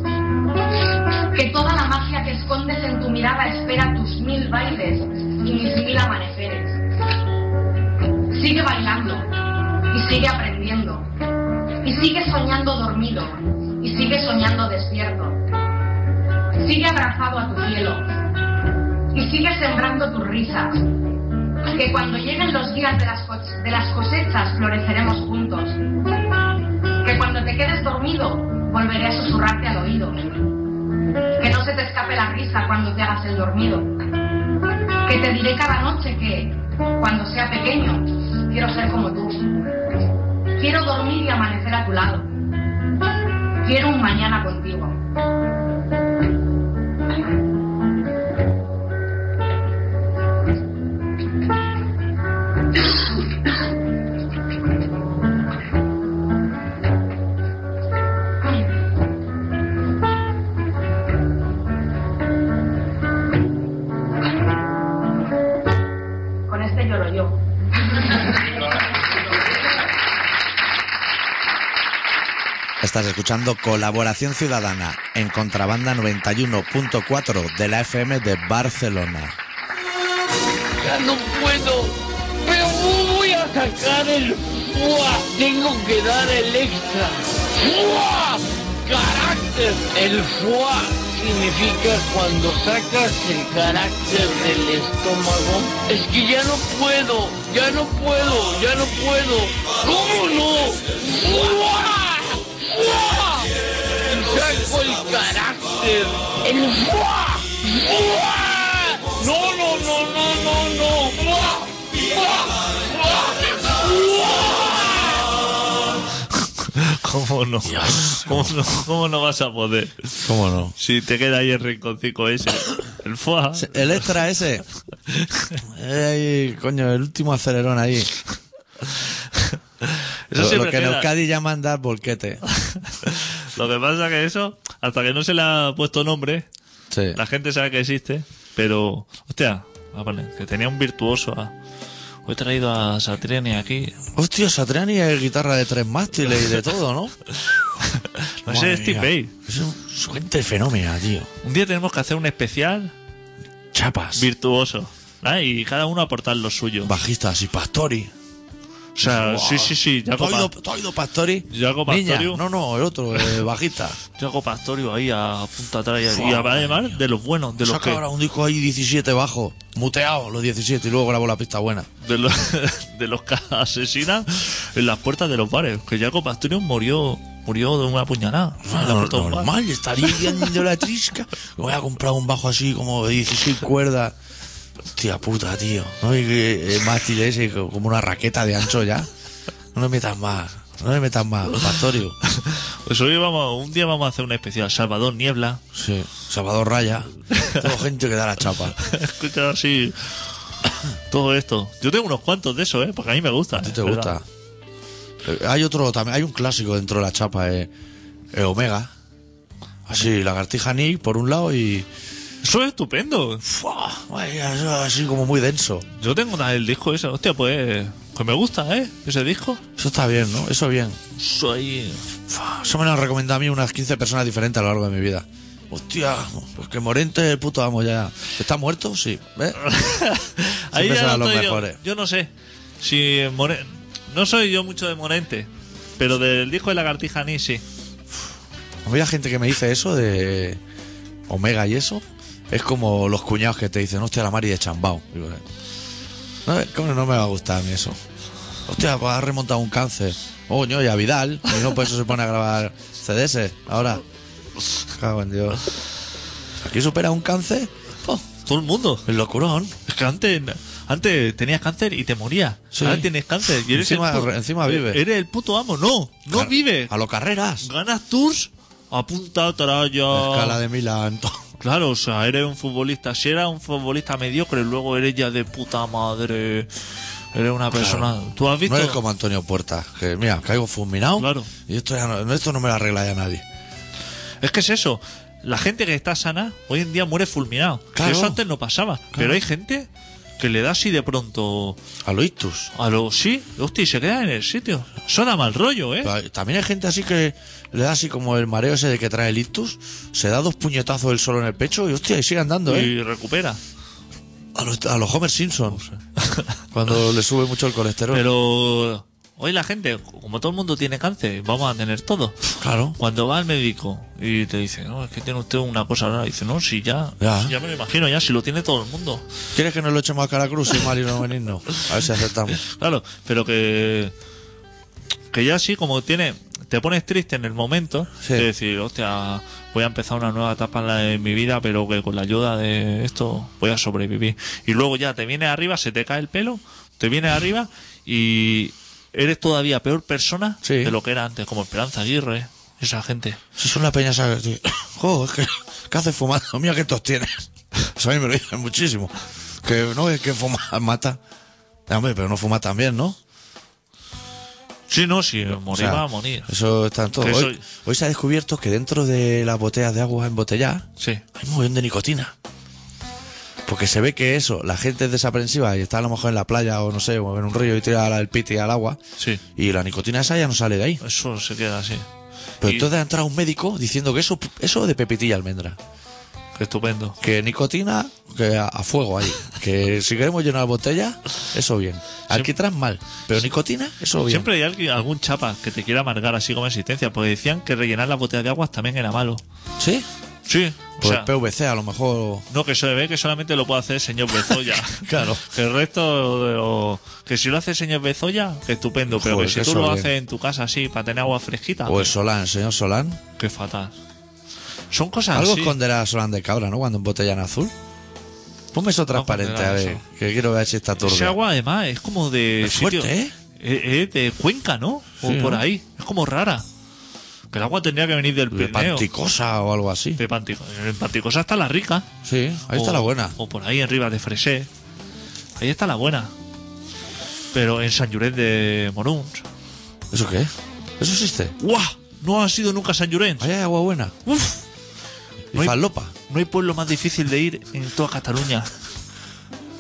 Que toda la magia que escondes en tu mirada espera tus mil bailes y mis mil amaneceres. Sigue bailando y sigue aprendiendo. Y sigue soñando dormido y sigue soñando despierto. Sigue abrazado a tu cielo y sigue sembrando tus risas. Que cuando lleguen los días de las, co- de las cosechas floreceremos juntos. Que cuando te quedes dormido volveré a susurrarte al oído. Que no se te escape la risa cuando te hagas el dormido. Que te diré cada noche que, cuando sea pequeño, quiero ser como tú. Quiero dormir y amanecer a tu lado. Quiero un mañana contigo. Con este lloro yo.
Estás escuchando Colaboración Ciudadana en Contrabanda 91.4 de la FM de Barcelona.
Ya no puedo, pero voy a sacar el ¡Fua! Tengo que dar el extra. ¡Fua! Carácter. El FUA significa cuando sacas el carácter del estómago. Es que ya no puedo, ya no puedo, ya no puedo. ¿Cómo no? ¡Fua! ¡Fua! Y saco el carácter. El ¡fua! ¡Fua! No, no, no, no, no, no. ¡Fua! ¡Fua! ¡Fua! ¡Fua!
¿Cómo no? ¿Cómo no? cómo no vas a poder?
¿Cómo no?
Si te queda ahí el rinconcito ese. El foie.
El extra ese. Ay, coño, el último acelerón ahí.
Eso
lo, lo
siempre
que en
queda.
Euskadi llaman dar volquete.
Lo que pasa que eso, hasta que no se le ha puesto nombre,
Sí.
la gente sabe que existe, pero, hostia, ah, vale, que tenía un virtuoso. ah. Hoy he traído a Satriani aquí.
Hostia, Satriani es guitarra de tres mástiles y de todo, ¿no?
No ese es Steve Bay.
Es un suente fenómeno, tío.
Un día tenemos que hacer un especial
Chapas,
virtuoso. ¿ah? Y cada uno aportar lo suyo.
bajistas y Pastori.
O sea, sí, sí, sí. Jaco,
Toido,
Pa-
Toido Pastori.
Jaco
Niña,
Pastorius.
no, no, el otro, el bajista.
Jaco Pastorio ahí a punta atrás. y- Y
Fua, madre
además de los buenos, de los
Saca
que.
ahora un disco ahí 17 bajo, muteado los 17 y luego grabó la pista buena.
de los, de los que asesinan en las puertas de los bares. Que Jacob Astorius murió murió de una puñalada. en la puerta de un bar.
normal, estaría yendo la trisca. Voy a comprar un bajo así como de 16 cuerdas. Hostia puta, tío. No hay que el mástil ese como una raqueta de ancho ya. No me metas más. No me metas más, Pastorio.
Pues hoy vamos, un día vamos a hacer una especial. Salvador Niebla.
Sí. Salvador Raya. Tengo gente que da la chapa.
Escucha así. Todo esto. Yo tengo unos cuantos de esos, ¿eh? Porque a mí me gusta.
¿A ti te gusta? Eh, Hay otro también, hay un clásico dentro de la chapa, eh, eh, Omega. Así, lagartija Nick por un lado y.
Eso es estupendo.
¡fua!
Ah.
Vaya, eso Así como muy denso.
Yo tengo una- el disco ese. Hostia, pues. Pues me gusta, ¿eh? Ese disco.
Eso está bien, ¿no? Eso bien.
Soy.
¡Fua! Eso me lo han recomendado a mí unas 15 personas diferentes a lo largo de mi vida. Hostia, pues que Morente es el puto amo ya. ¿Está muerto? Sí. ¿Ves? Siempre
Ahí ya
serán
no
los
estoy yo.
mejores.
Yo no sé. Si More- No soy yo mucho de Morente. Pero del disco de Lagartija ni sí.
Había gente que me dice eso de Omega y eso. Es como los cuñados que te dicen, hostia, la Mari de Chambao. Digo, eh, no, eh, ¿cómo no me va a gustar a mí eso? Hostia, pues ha remontado un cáncer. Oño, y a Vidal. Y no, por eso se pone a grabar CDS ahora. Cago en Dios. Aquí supera un cáncer. Oh,
Todo el mundo.
el locurón.
Es que antes, Antes tenías cáncer y te morías.
Sí.
Ahora tienes cáncer y eres
Encima-
el pu-
encima vive.
Eres el puto amo. No, no
Car-
vive.
A lo carreras.
Ganas tours, apunta traya.
Escala de Milán. to-
Claro, o sea, eres un futbolista. Si eras un futbolista mediocre, luego eres ya de puta madre. Eres una persona. ¿Tú has visto?
No eres como Antonio Puerta, que mira, caigo fulminado.
Claro.
Y esto, ya no, esto no me lo arregla ya nadie.
Es que es eso. La gente que está sana hoy en día muere fulminado.
Claro.
Eso antes no pasaba. Pero hay gente que le da así de pronto
A lo ictus.
a los sí, hostia, y se queda en el sitio. Eso da mal rollo, ¿eh?
Pero hay- También hay gente así que le da así como el mareo ese de que trae el ictus, se da dos puñetazos él solo en el pecho y hostia, y sigue andando, ¿eh?
Y recupera.
A los, a los Homer Simpson. Cuando le sube mucho el colesterol.
Pero hoy la gente, como todo el mundo tiene cáncer, vamos a tener todo.
Claro.
Cuando va al médico y te dice, no, es que tiene usted una cosa rara, dice, no, si ya,
Ya.
si ya me lo imagino, ya, si lo tiene todo el mundo.
¿Quieres que nos lo echemos a Caracruz y Mario no venirnos? A ver si aceptamos.
Claro, pero que. Que ya sí, como tiene. Te pones triste en el momento
Sí.
de decir, hostia, voy a empezar una nueva etapa en, la de mi vida, pero que con la ayuda de esto voy a sobrevivir. Y luego ya te vienes arriba, se te cae el pelo, te vienes arriba y eres todavía peor persona
Sí.
de lo que era antes, como Esperanza Aguirre, esa gente.
Si son las peñas esas que- Jo, es que, ¿qué haces fumando? Mira que tos tienes. Eso a mí me lo dicen muchísimo. Que no es que fumar mata. Ya, Hombre, pero no fuma tan bien, ¿no?
Sí, no, si
O
morir
sea,
va a morir.
Eso está en todo.
Que eso-
Hoy, hoy se ha descubierto que dentro de las botellas de agua embotelladas
Sí.
hay un montón de nicotina. Porque se ve que eso, la gente es desaprensiva y está a lo mejor en la playa o no sé, o en un río y tira el piti al agua.
Sí.
Y la nicotina esa ya no sale de ahí.
Eso se queda así.
Pero
Y-
entonces ha entrado un médico diciendo que eso, eso de pepitilla almendra.
Qué estupendo.
Que nicotina, que a, a fuego ahí. Que si queremos llenar botella, eso bien. Alquitrán mal. Pero nicotina, eso bien.
Siempre hay alguien, algún chapa que te quiera amargar así como existencia, porque decían que rellenar las botellas de aguas también era malo.
¿Sí?
Sí, o
Pues
sea,
PVC a lo mejor.
no que se ve que solamente lo puede hacer el señor Bezoya.
Claro.
Que el resto, de lo- que si lo hace el señor Bezoya, que estupendo, pero
Joder,
que si
qué
tú lo
sobrino.
haces en tu casa así, para tener agua fresquita,
O el Ah, pues Solán, señor Solán.
qué fatal. Son cosas
Algo
así.
esconderá Solán de cabra, ¿no? Cuando embotellan azul. Ponme eso transparente, a
esconderá
ver. Que quiero ver si está
Ese
turbio.
agua además es como de
Es fuerte,
sitio-
¿eh?
eh, eh, de Cuenca, ¿no? O
Sí,
por
¿no?
ahí. Es como rara. Que el agua tendría que venir del
De
Pirineo.
panticosa o algo así.
De Pantico- En Panticosa está la rica.
Sí, ahí está
O-
la buena.
O por ahí en Rivas de Fresé. Ahí está la buena. Pero en San Llorenç de Moruns.
¿Eso qué? ¿Eso existe?
¡Guau! No ha sido nunca San Llorenç.
Ahí hay agua buena.
¡Uf!
Y
No hay-
falopa.
No hay pueblo más difícil de ir en toda Cataluña.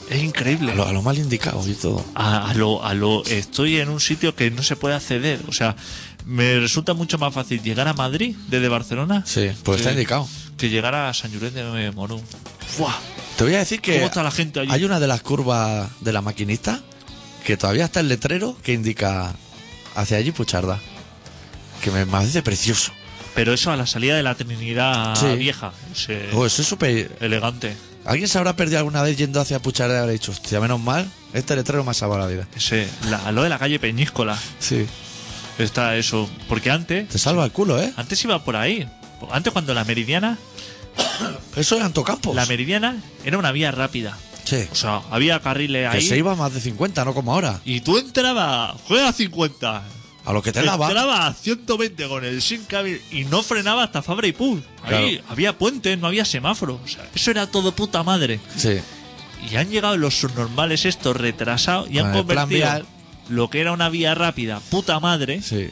Es increíble.
A lo, a lo mal indicado y todo.
a, a lo, a lo estoy en un sitio que no se puede acceder. O sea, me resulta mucho más fácil llegar a Madrid desde Barcelona
Sí, pues está
que-
indicado.
que llegar a San Llorenç de Morón. ¡Fua!
Te voy a decir que
¿Cómo está la gente allí?
hay una de las curvas de la maquinista que todavía está el letrero que indica hacia allí Pucharda. Que me, me parece precioso.
Pero eso a la salida de la Trinidad
Sí.
vieja. Se-
Oh, eso es súper...
Elegante.
¿Alguien se habrá perdido alguna vez yendo hacia Pucharda y habrá dicho, hostia, menos mal, este letrero me ha salvado la vida?
Ese, la- lo de la calle Peñíscola.
Sí.
Está eso. Porque antes.
Te salva el culo, ¿eh?
Antes iba por ahí. Antes cuando la meridiana.
Eso es Antocampos.
La meridiana era una vía rápida.
sí.
O sea, había carriles
Que
ahí.
se iba a más de 50, no como ahora.
Y tú entrabas. Juega 50.
A lo que te lava.
Entrabas a 120 con el sin cable y no frenaba hasta Fabra y Pul. Ahí había puentes, no había semáforos. O sea, eso era todo puta madre.
Sí.
Y han llegado los subnormales estos retrasados y
Con
han
el plan
convertido
vial.
lo que era una vía rápida, puta madre,
Sí.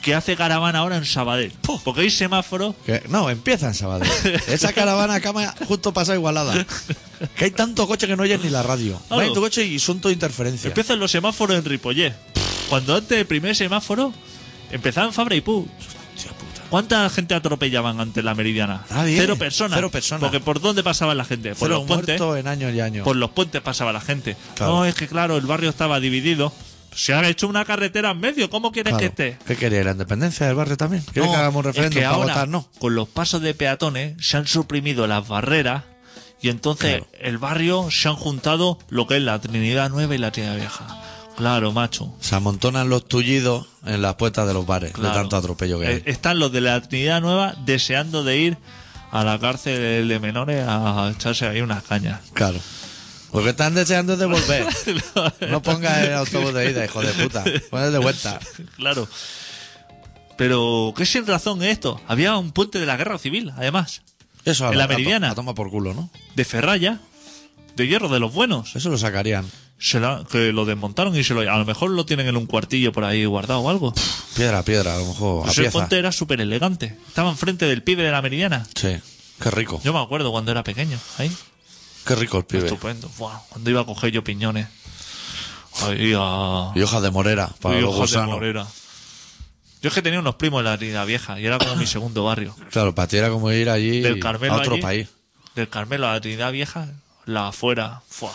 que hace caravana ahora en Sabadell. Porque hay semáforos.
Que- no, empieza en Sabadell. Esa caravana cama justo pasa Igualada. Que hay tanto coche que no oyes ni la radio. Va
Claro.
en tu coche y son todo interferencias.
Empiezan los semáforos en Ripollet. Cuando antes del primer semáforo empezaban Fabra y Puig.
Hostia puta.
¿Cuánta gente atropellaban antes la meridiana?
Nadie.
Cero personas.
Cero personas.
Porque ¿por dónde pasaba la gente? Por
Fueron
los puentes.
muertos en años y años.
Por los puentes pasaba la gente.
Claro.
No, es que claro, el barrio estaba dividido. Se ha hecho una carretera en medio. ¿Cómo quieres
Claro.
que esté?
¿Qué quería? ¿La independencia del barrio también? ¿Quieres
este. No,
que hagamos un
es
referéndum
que
para
ahora,
votar no?
Con los pasos de peatones se han suprimido las barreras y entonces
Claro.
el barrio se han juntado lo que es la Trinidad Nueva y la Trinidad Vieja. Claro, macho.
Se amontonan los tullidos en las puertas de los bares
claro.
de tanto atropello que hay.
Eh, Están los de la Trinidad Nueva deseando de ir a la cárcel de menores a echarse ahí unas cañas.
claro. Porque están deseando de volver. No pongas el autobús de ida, hijo de puta. Pones de vuelta.
Claro. Pero qué sin razón es esto. Había un puente de la guerra civil, además.
Eso a
En la
a to-
Meridiana.
A toma por culo, ¿no?
De ferralla. De hierro de los buenos.
Eso lo sacarían.
Se la- que lo desmontaron y se lo... A lo mejor lo tienen en un cuartillo por ahí guardado o algo.
Piedra a piedra, a lo mejor. A
Pues el
pieza.
puente era súper elegante. Estaba enfrente del pibe de la meridiana.
Sí. Qué rico.
Yo me acuerdo cuando era pequeño. Ahí.
Qué rico el pibe.
Estupendo. Buah, cuando iba a coger yo piñones. Ahí a...
Y hojas de morera para
y
los
hojas de
gusanos.
morera. Yo es que tenía unos primos en la Línea Vieja y era como mi segundo barrio.
Claro, para ti era como ir allí
del Carmelo
a otro
allí,
país.
Del Carmelo a la Trinidad Vieja, la afuera. Fua.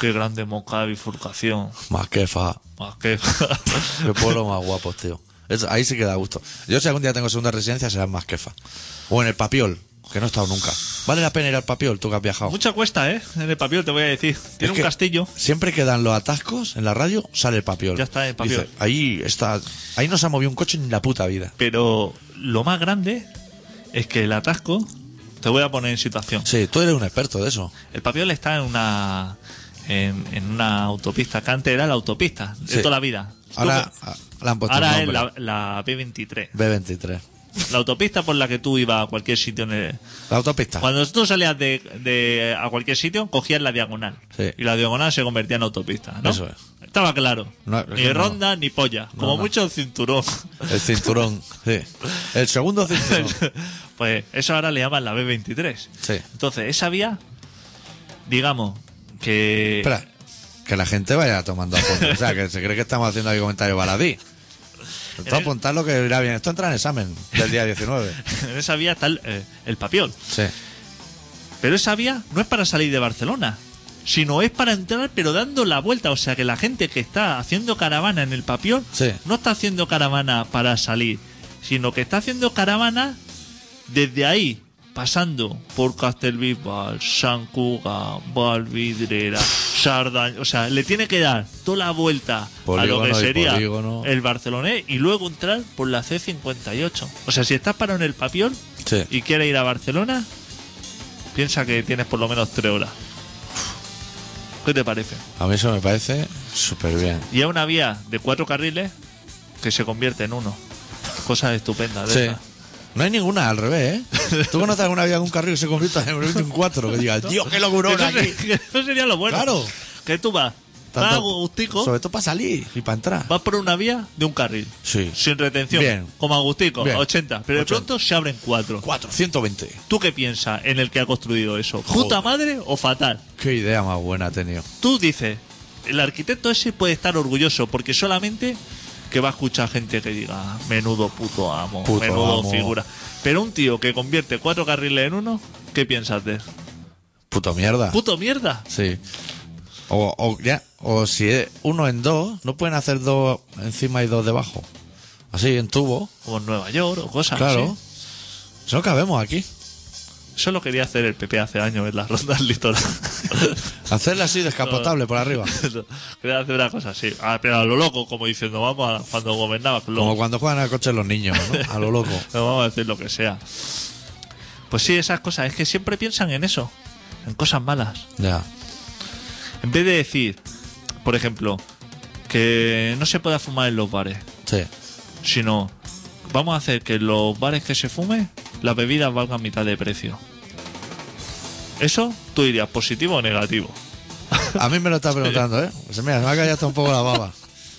Qué grande mocada bifurcación.
Más que fa.
Ah, qué-
Qué pueblo más guapo, tío. Eso- ahí sí que da gusto. Yo si algún día tengo segunda residencia será en Masquefa. O en el Papiol, que no he estado nunca. ¿Vale la pena ir al Papiol, tú que has viajado?
Mucha cuesta, ¿eh? En el papel te voy a decir. Tiene
Es
un
que
castillo.
Siempre que dan los atascos en la radio, sale el Papiol.
Ya está el Papiol.
Dice, ahí está... Ahí no se ha movido un coche ni la puta vida.
Pero lo más grande es que el atasco. Te voy a poner en situación.
Sí, tú eres un experto de eso.
El Papiol está en una en, en una autopista que antes era la autopista de
Sí.
toda la vida.
Ahora
Tú-
ah, le han puesto
ahora es
un
la,
nombre.
la B23.
B23.
La autopista por la que tú ibas a cualquier sitio. En el-
La autopista.
cuando tú salías de, de- a cualquier sitio, cogías la diagonal.
Sí.
Y la diagonal se convertía en autopista, ¿no?
Eso es.
Estaba claro.
No, es
ni
que no.
ronda ni polla. Como
no.
mucho cinturón.
El cinturón, sí. El segundo cinturón.
pues eso ahora le llaman la B23.
Sí.
Entonces, esa vía, digamos, que...
Espera, que la gente vaya tomando apuntes. O sea, que se cree que estamos haciendo aquí comentario baladí. Esto apuntar lo que irá bien. Esto entra en examen del día 19.
en esa vía está el, eh, el papiol.
Sí.
Pero esa vía no es para salir de Barcelona, sino es para entrar pero dando la vuelta. O sea que la gente que está haciendo caravana en el papiol
Sí.
no está haciendo caravana para salir, sino que está haciendo caravana desde ahí, pasando por Castelbisbal, San Cuga, Valvidrera, Sardaña. O sea, le tiene que dar toda la vuelta. a lo
Polígono
que
y
sería
polígono.
el barcelonés y luego entrar por la C58. O sea, si estás parado en el papiol
Sí.
y quieres ir a Barcelona, piensa que tienes por lo menos tres horas. ¿Qué te parece?
A mí eso me parece súper bien.
Y es una vía de cuatro carriles que se convierte en uno. Cosas estupendas. de
Sí.
esas.
No hay ninguna al revés, ¿eh? ¿Tú conoces alguna vida de un carril que se convierta en un 4? Que digas, Dios, qué locurón
Eso,
aquí.
se- eso sería lo bueno.
Claro.
Que tú vas, vas a
Tanto-
Agustico,
Sobre todo para salir y para entrar.
vas por una vía de un carril.
Sí.
Sin retención.
Bien.
Como Agustico,
Bien.
80. Pero de
80.
pronto se abren cuatro.
4, 120.
¿Tú qué piensas en el que ha construido eso?
Joder.
¿Puta madre o fatal?
Qué idea más buena ha tenido.
Tú dices, el arquitecto ese puede estar orgulloso porque solamente que va a escuchar gente que diga, menudo puto amo,
Puto
menudo
amo".
figura. Pero un tío que convierte cuatro carriles en uno, ¿qué piensas de él?
Puto mierda.
¡Puto mierda!
Sí. O, o ya, o si es uno en dos, no pueden hacer dos encima y dos debajo. Así, en tubo.
Como en Nueva York o cosas
claro.
así.
Eso no cabemos aquí.
Eso lo quería hacer el PP hace años en las rondas litoral.
Hacerla así, descapotable por arriba.
quería hacer una cosa así. Ah, pero a lo loco, como diciendo, vamos a cuando gobernaba. lo-
Como cuando juegan al coche los niños, ¿no? A lo loco.
Pero vamos a decir lo que sea. Pues sí, esas cosas. Es que siempre piensan en eso. En cosas malas.
Ya.
En vez de decir, por ejemplo, que no se pueda fumar en los bares.
Sí.
Sino, vamos a hacer que en los bares que se fume, las bebidas valgan mitad de precio. Eso tú dirías positivo o negativo.
A mí me lo está preguntando, ¿eh? Pues mira, se me ha caído hasta un poco la baba.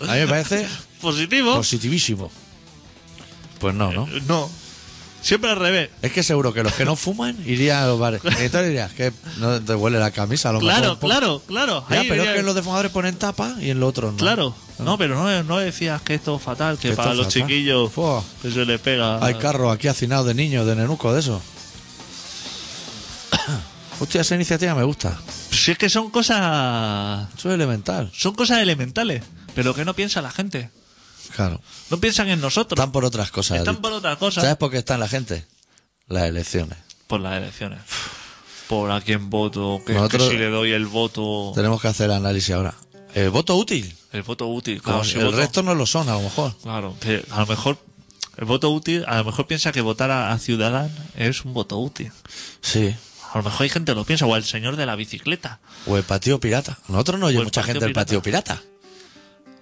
A mí me parece
¿Positivo?
positivísimo. Pues no, ¿no?
no. Siempre al revés.
Es que seguro que los que no fuman irían a los bares. Entonces dirías que no te huele la camisa, a lo mejor
Claro,
un poco.
claro, claro.
Pues, Ya,
Ahí
pero es
diría-
que los defumadores ponen tapa y en los otros no.
Claro. No, pero no, no decías que esto es fatal, que
Que
para
esto
los
es fatal.
chiquillos
Fua.
que se les pega.
Hay carros aquí hacinados de niños, de nenuco, de eso. Hostia, esa iniciativa me gusta.
Si es que son cosas.
Eso es elemental.
Son cosas elementales, pero que no piensa la gente.
Claro.
No piensan en nosotros.
Están por otras cosas.
Están
Adri.
por otras cosas.
¿Sabes por qué están la gente? Las elecciones.
Por las elecciones. Por a quién voto, que,
Nosotros-
que si le doy el voto.
Tenemos que hacer el análisis ahora. El voto útil.
El voto útil. Claro,
Como
si
el
Ah, voto-
resto no lo son, a lo mejor.
Claro, que a lo mejor. El voto útil, a lo mejor piensa que votar a, a Ciudadán es un voto útil.
Sí.
A lo mejor hay gente que lo piensa, o el señor de la bicicleta.
O el patio pirata. Nosotros no oye
el
mucha
patio
gente del patio pirata.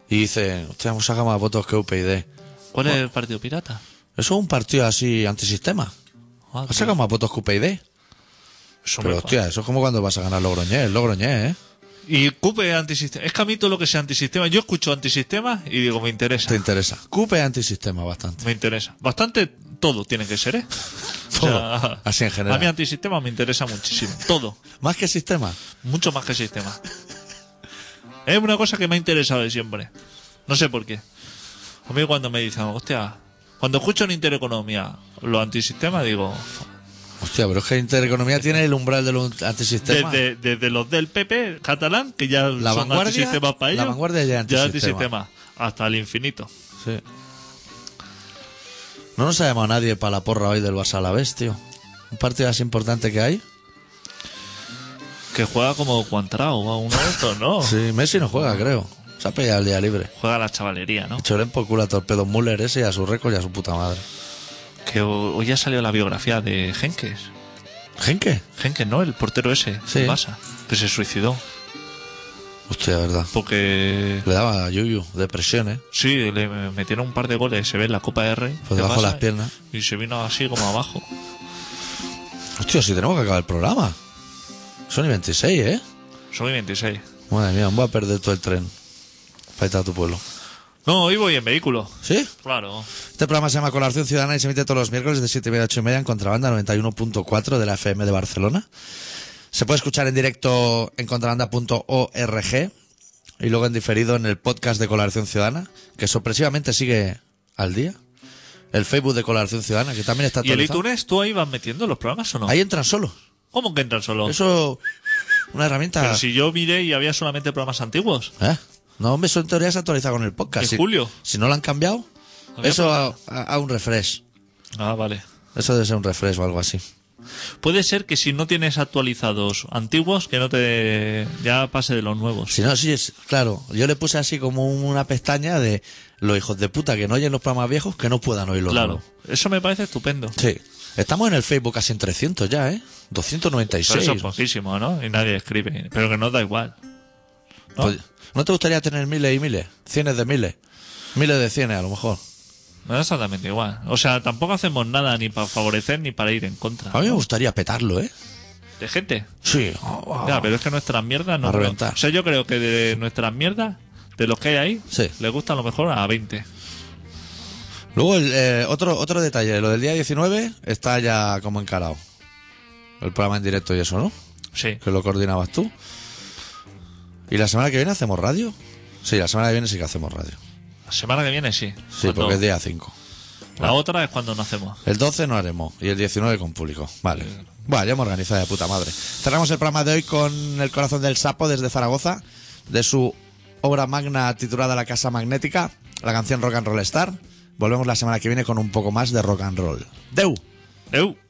Y dice, hostia, hemos sacado más votos que UPyD. Eso
¿Cuál es el partido pirata?
es un partido así antisistema.
Ah,
Ha sacado más votos que UPyD.
eso me
Pero
pa-
hostia, eso es como cuando vas a ganar Logroñés, Logroñés, ¿eh?
Y CUPE es antisistema. Es que a mí todo lo que sea antisistema, yo escucho antisistema y digo, me interesa.
Te interesa. Cupe es antisistema bastante.
Me interesa. Bastante todo tiene que ser, ¿eh?
Todo. Así en general.
A mí antisistema me interesa muchísimo. Todo.
Más que sistema.
Mucho más que sistema. Es una cosa que me ha interesado de siempre. No sé por qué. A mí cuando me dicen, hostia, cuando escucho en Intereconomía los antisistemas, digo,
Hostia, pero es que Intereconomía tiene el umbral del un- antisistema.
desde, desde los del PP catalán, que ya
La
son
vanguardia-
antisistemas para
la
ellos,
vanguardia ya es antisistema.
antisistema, hasta el infinito.
Sí. No nos ha llamado nadie para la porra hoy del Barça a la vez, tío. Un partido así importante que hay.
Que juega como Cuantrao, o uno de estos, ¿no?
Sí, Messi no juega, creo. Se ha pillado el día libre.
Juega la chavalería, ¿no?
Choren por culo a Torpedo Müller ese y a su récord y a su puta madre.
Que ho- hoy ha salido la biografía de Henkes.
¿Genke?
Henkes, ¿no? El portero ese,
Sí.
del Barça, que se suicidó.
Hostia, verdad.
Porque
Le daba a Yuyu depresión, ¿eh?
Sí, le metieron un par de goles, se ve en la Copa R.
Por debajo de las piernas.
Y se vino así como abajo.
Hostia, si tenemos que acabar el programa. Son y 26, ¿eh?
Soy 26.
Madre mía, me voy a perder todo el tren. Para irte a tu pueblo.
No, hoy voy en vehículo.
¿Sí?
Claro.
Este programa se llama Colaboración Ciudadana y se emite todos los miércoles de 7 y media a 8 y media en Contrabanda 91.4 de la FM de Barcelona. Se puede escuchar en directo en contrabanda.org y luego en diferido en el podcast de Colaboración Ciudadana, que sorpresivamente sigue al día. El Facebook de Colaboración Ciudadana, que también está
¿Y el
actualizado.
iTunes tú ahí vas metiendo los programas o no?
Ahí entran solos.
¿Cómo que entran solo?
Eso, una herramienta...
Pero si yo miré y había solamente programas antiguos.
¿Eh? No, hombre, eso en teoría se actualiza con el podcast.
¿En
Si-
julio?
Si no lo han cambiado,
Había
eso a, a- a un refresh.
Ah, vale.
Eso debe ser un refresh o algo así.
Puede ser que si no tienes actualizados antiguos, que no te. ya pase de los nuevos.
Si no, sí, es, claro. Yo le puse así como un- una pestaña de los hijos de puta que no oyen los programas viejos que no puedan oírlos.
claro. Eso me parece estupendo.
Sí. Estamos en el Facebook casi en 300 ya, ¿eh?
Pero
296.
eso pues, es poquísimo, ¿no? Y nadie escribe. Pero que nos da igual. ¿no?
Pues, ¿no te gustaría tener miles y miles? Cienes de miles. Miles de cienes, a lo mejor.
Me da exactamente igual. O sea, tampoco hacemos nada ni para favorecer ni para ir en contra.
A mí me gustaría petarlo, ¿eh?
De gente.
Sí.
Ya, pero es que nuestras mierdas no.
Ah. A reventar.
O sea, yo creo que de nuestras mierdas, de los que hay ahí,
Sí.
le gusta a lo mejor a 20.
Luego, el, eh, otro, otro detalle. Lo del día 19 está ya como encarado. El programa en directo y eso, ¿no?
Sí.
Que lo coordinabas tú. ¿Y la semana que viene hacemos radio? Sí, la semana que viene sí que hacemos radio.
La semana que viene sí.
Sí,
Cuando-
porque es día 5.
La otra es cuando no hacemos.
El 12 no haremos y el 19 con público. Vale. Bueno, ya hemos organizado de puta madre. Cerramos el programa de hoy con El corazón del sapo desde Zaragoza, de su obra magna titulada La Casa Magnética, la canción Rock and Roll Star. Volvemos la semana que viene con un poco más de rock and roll. ¡Deu!
¡Eu!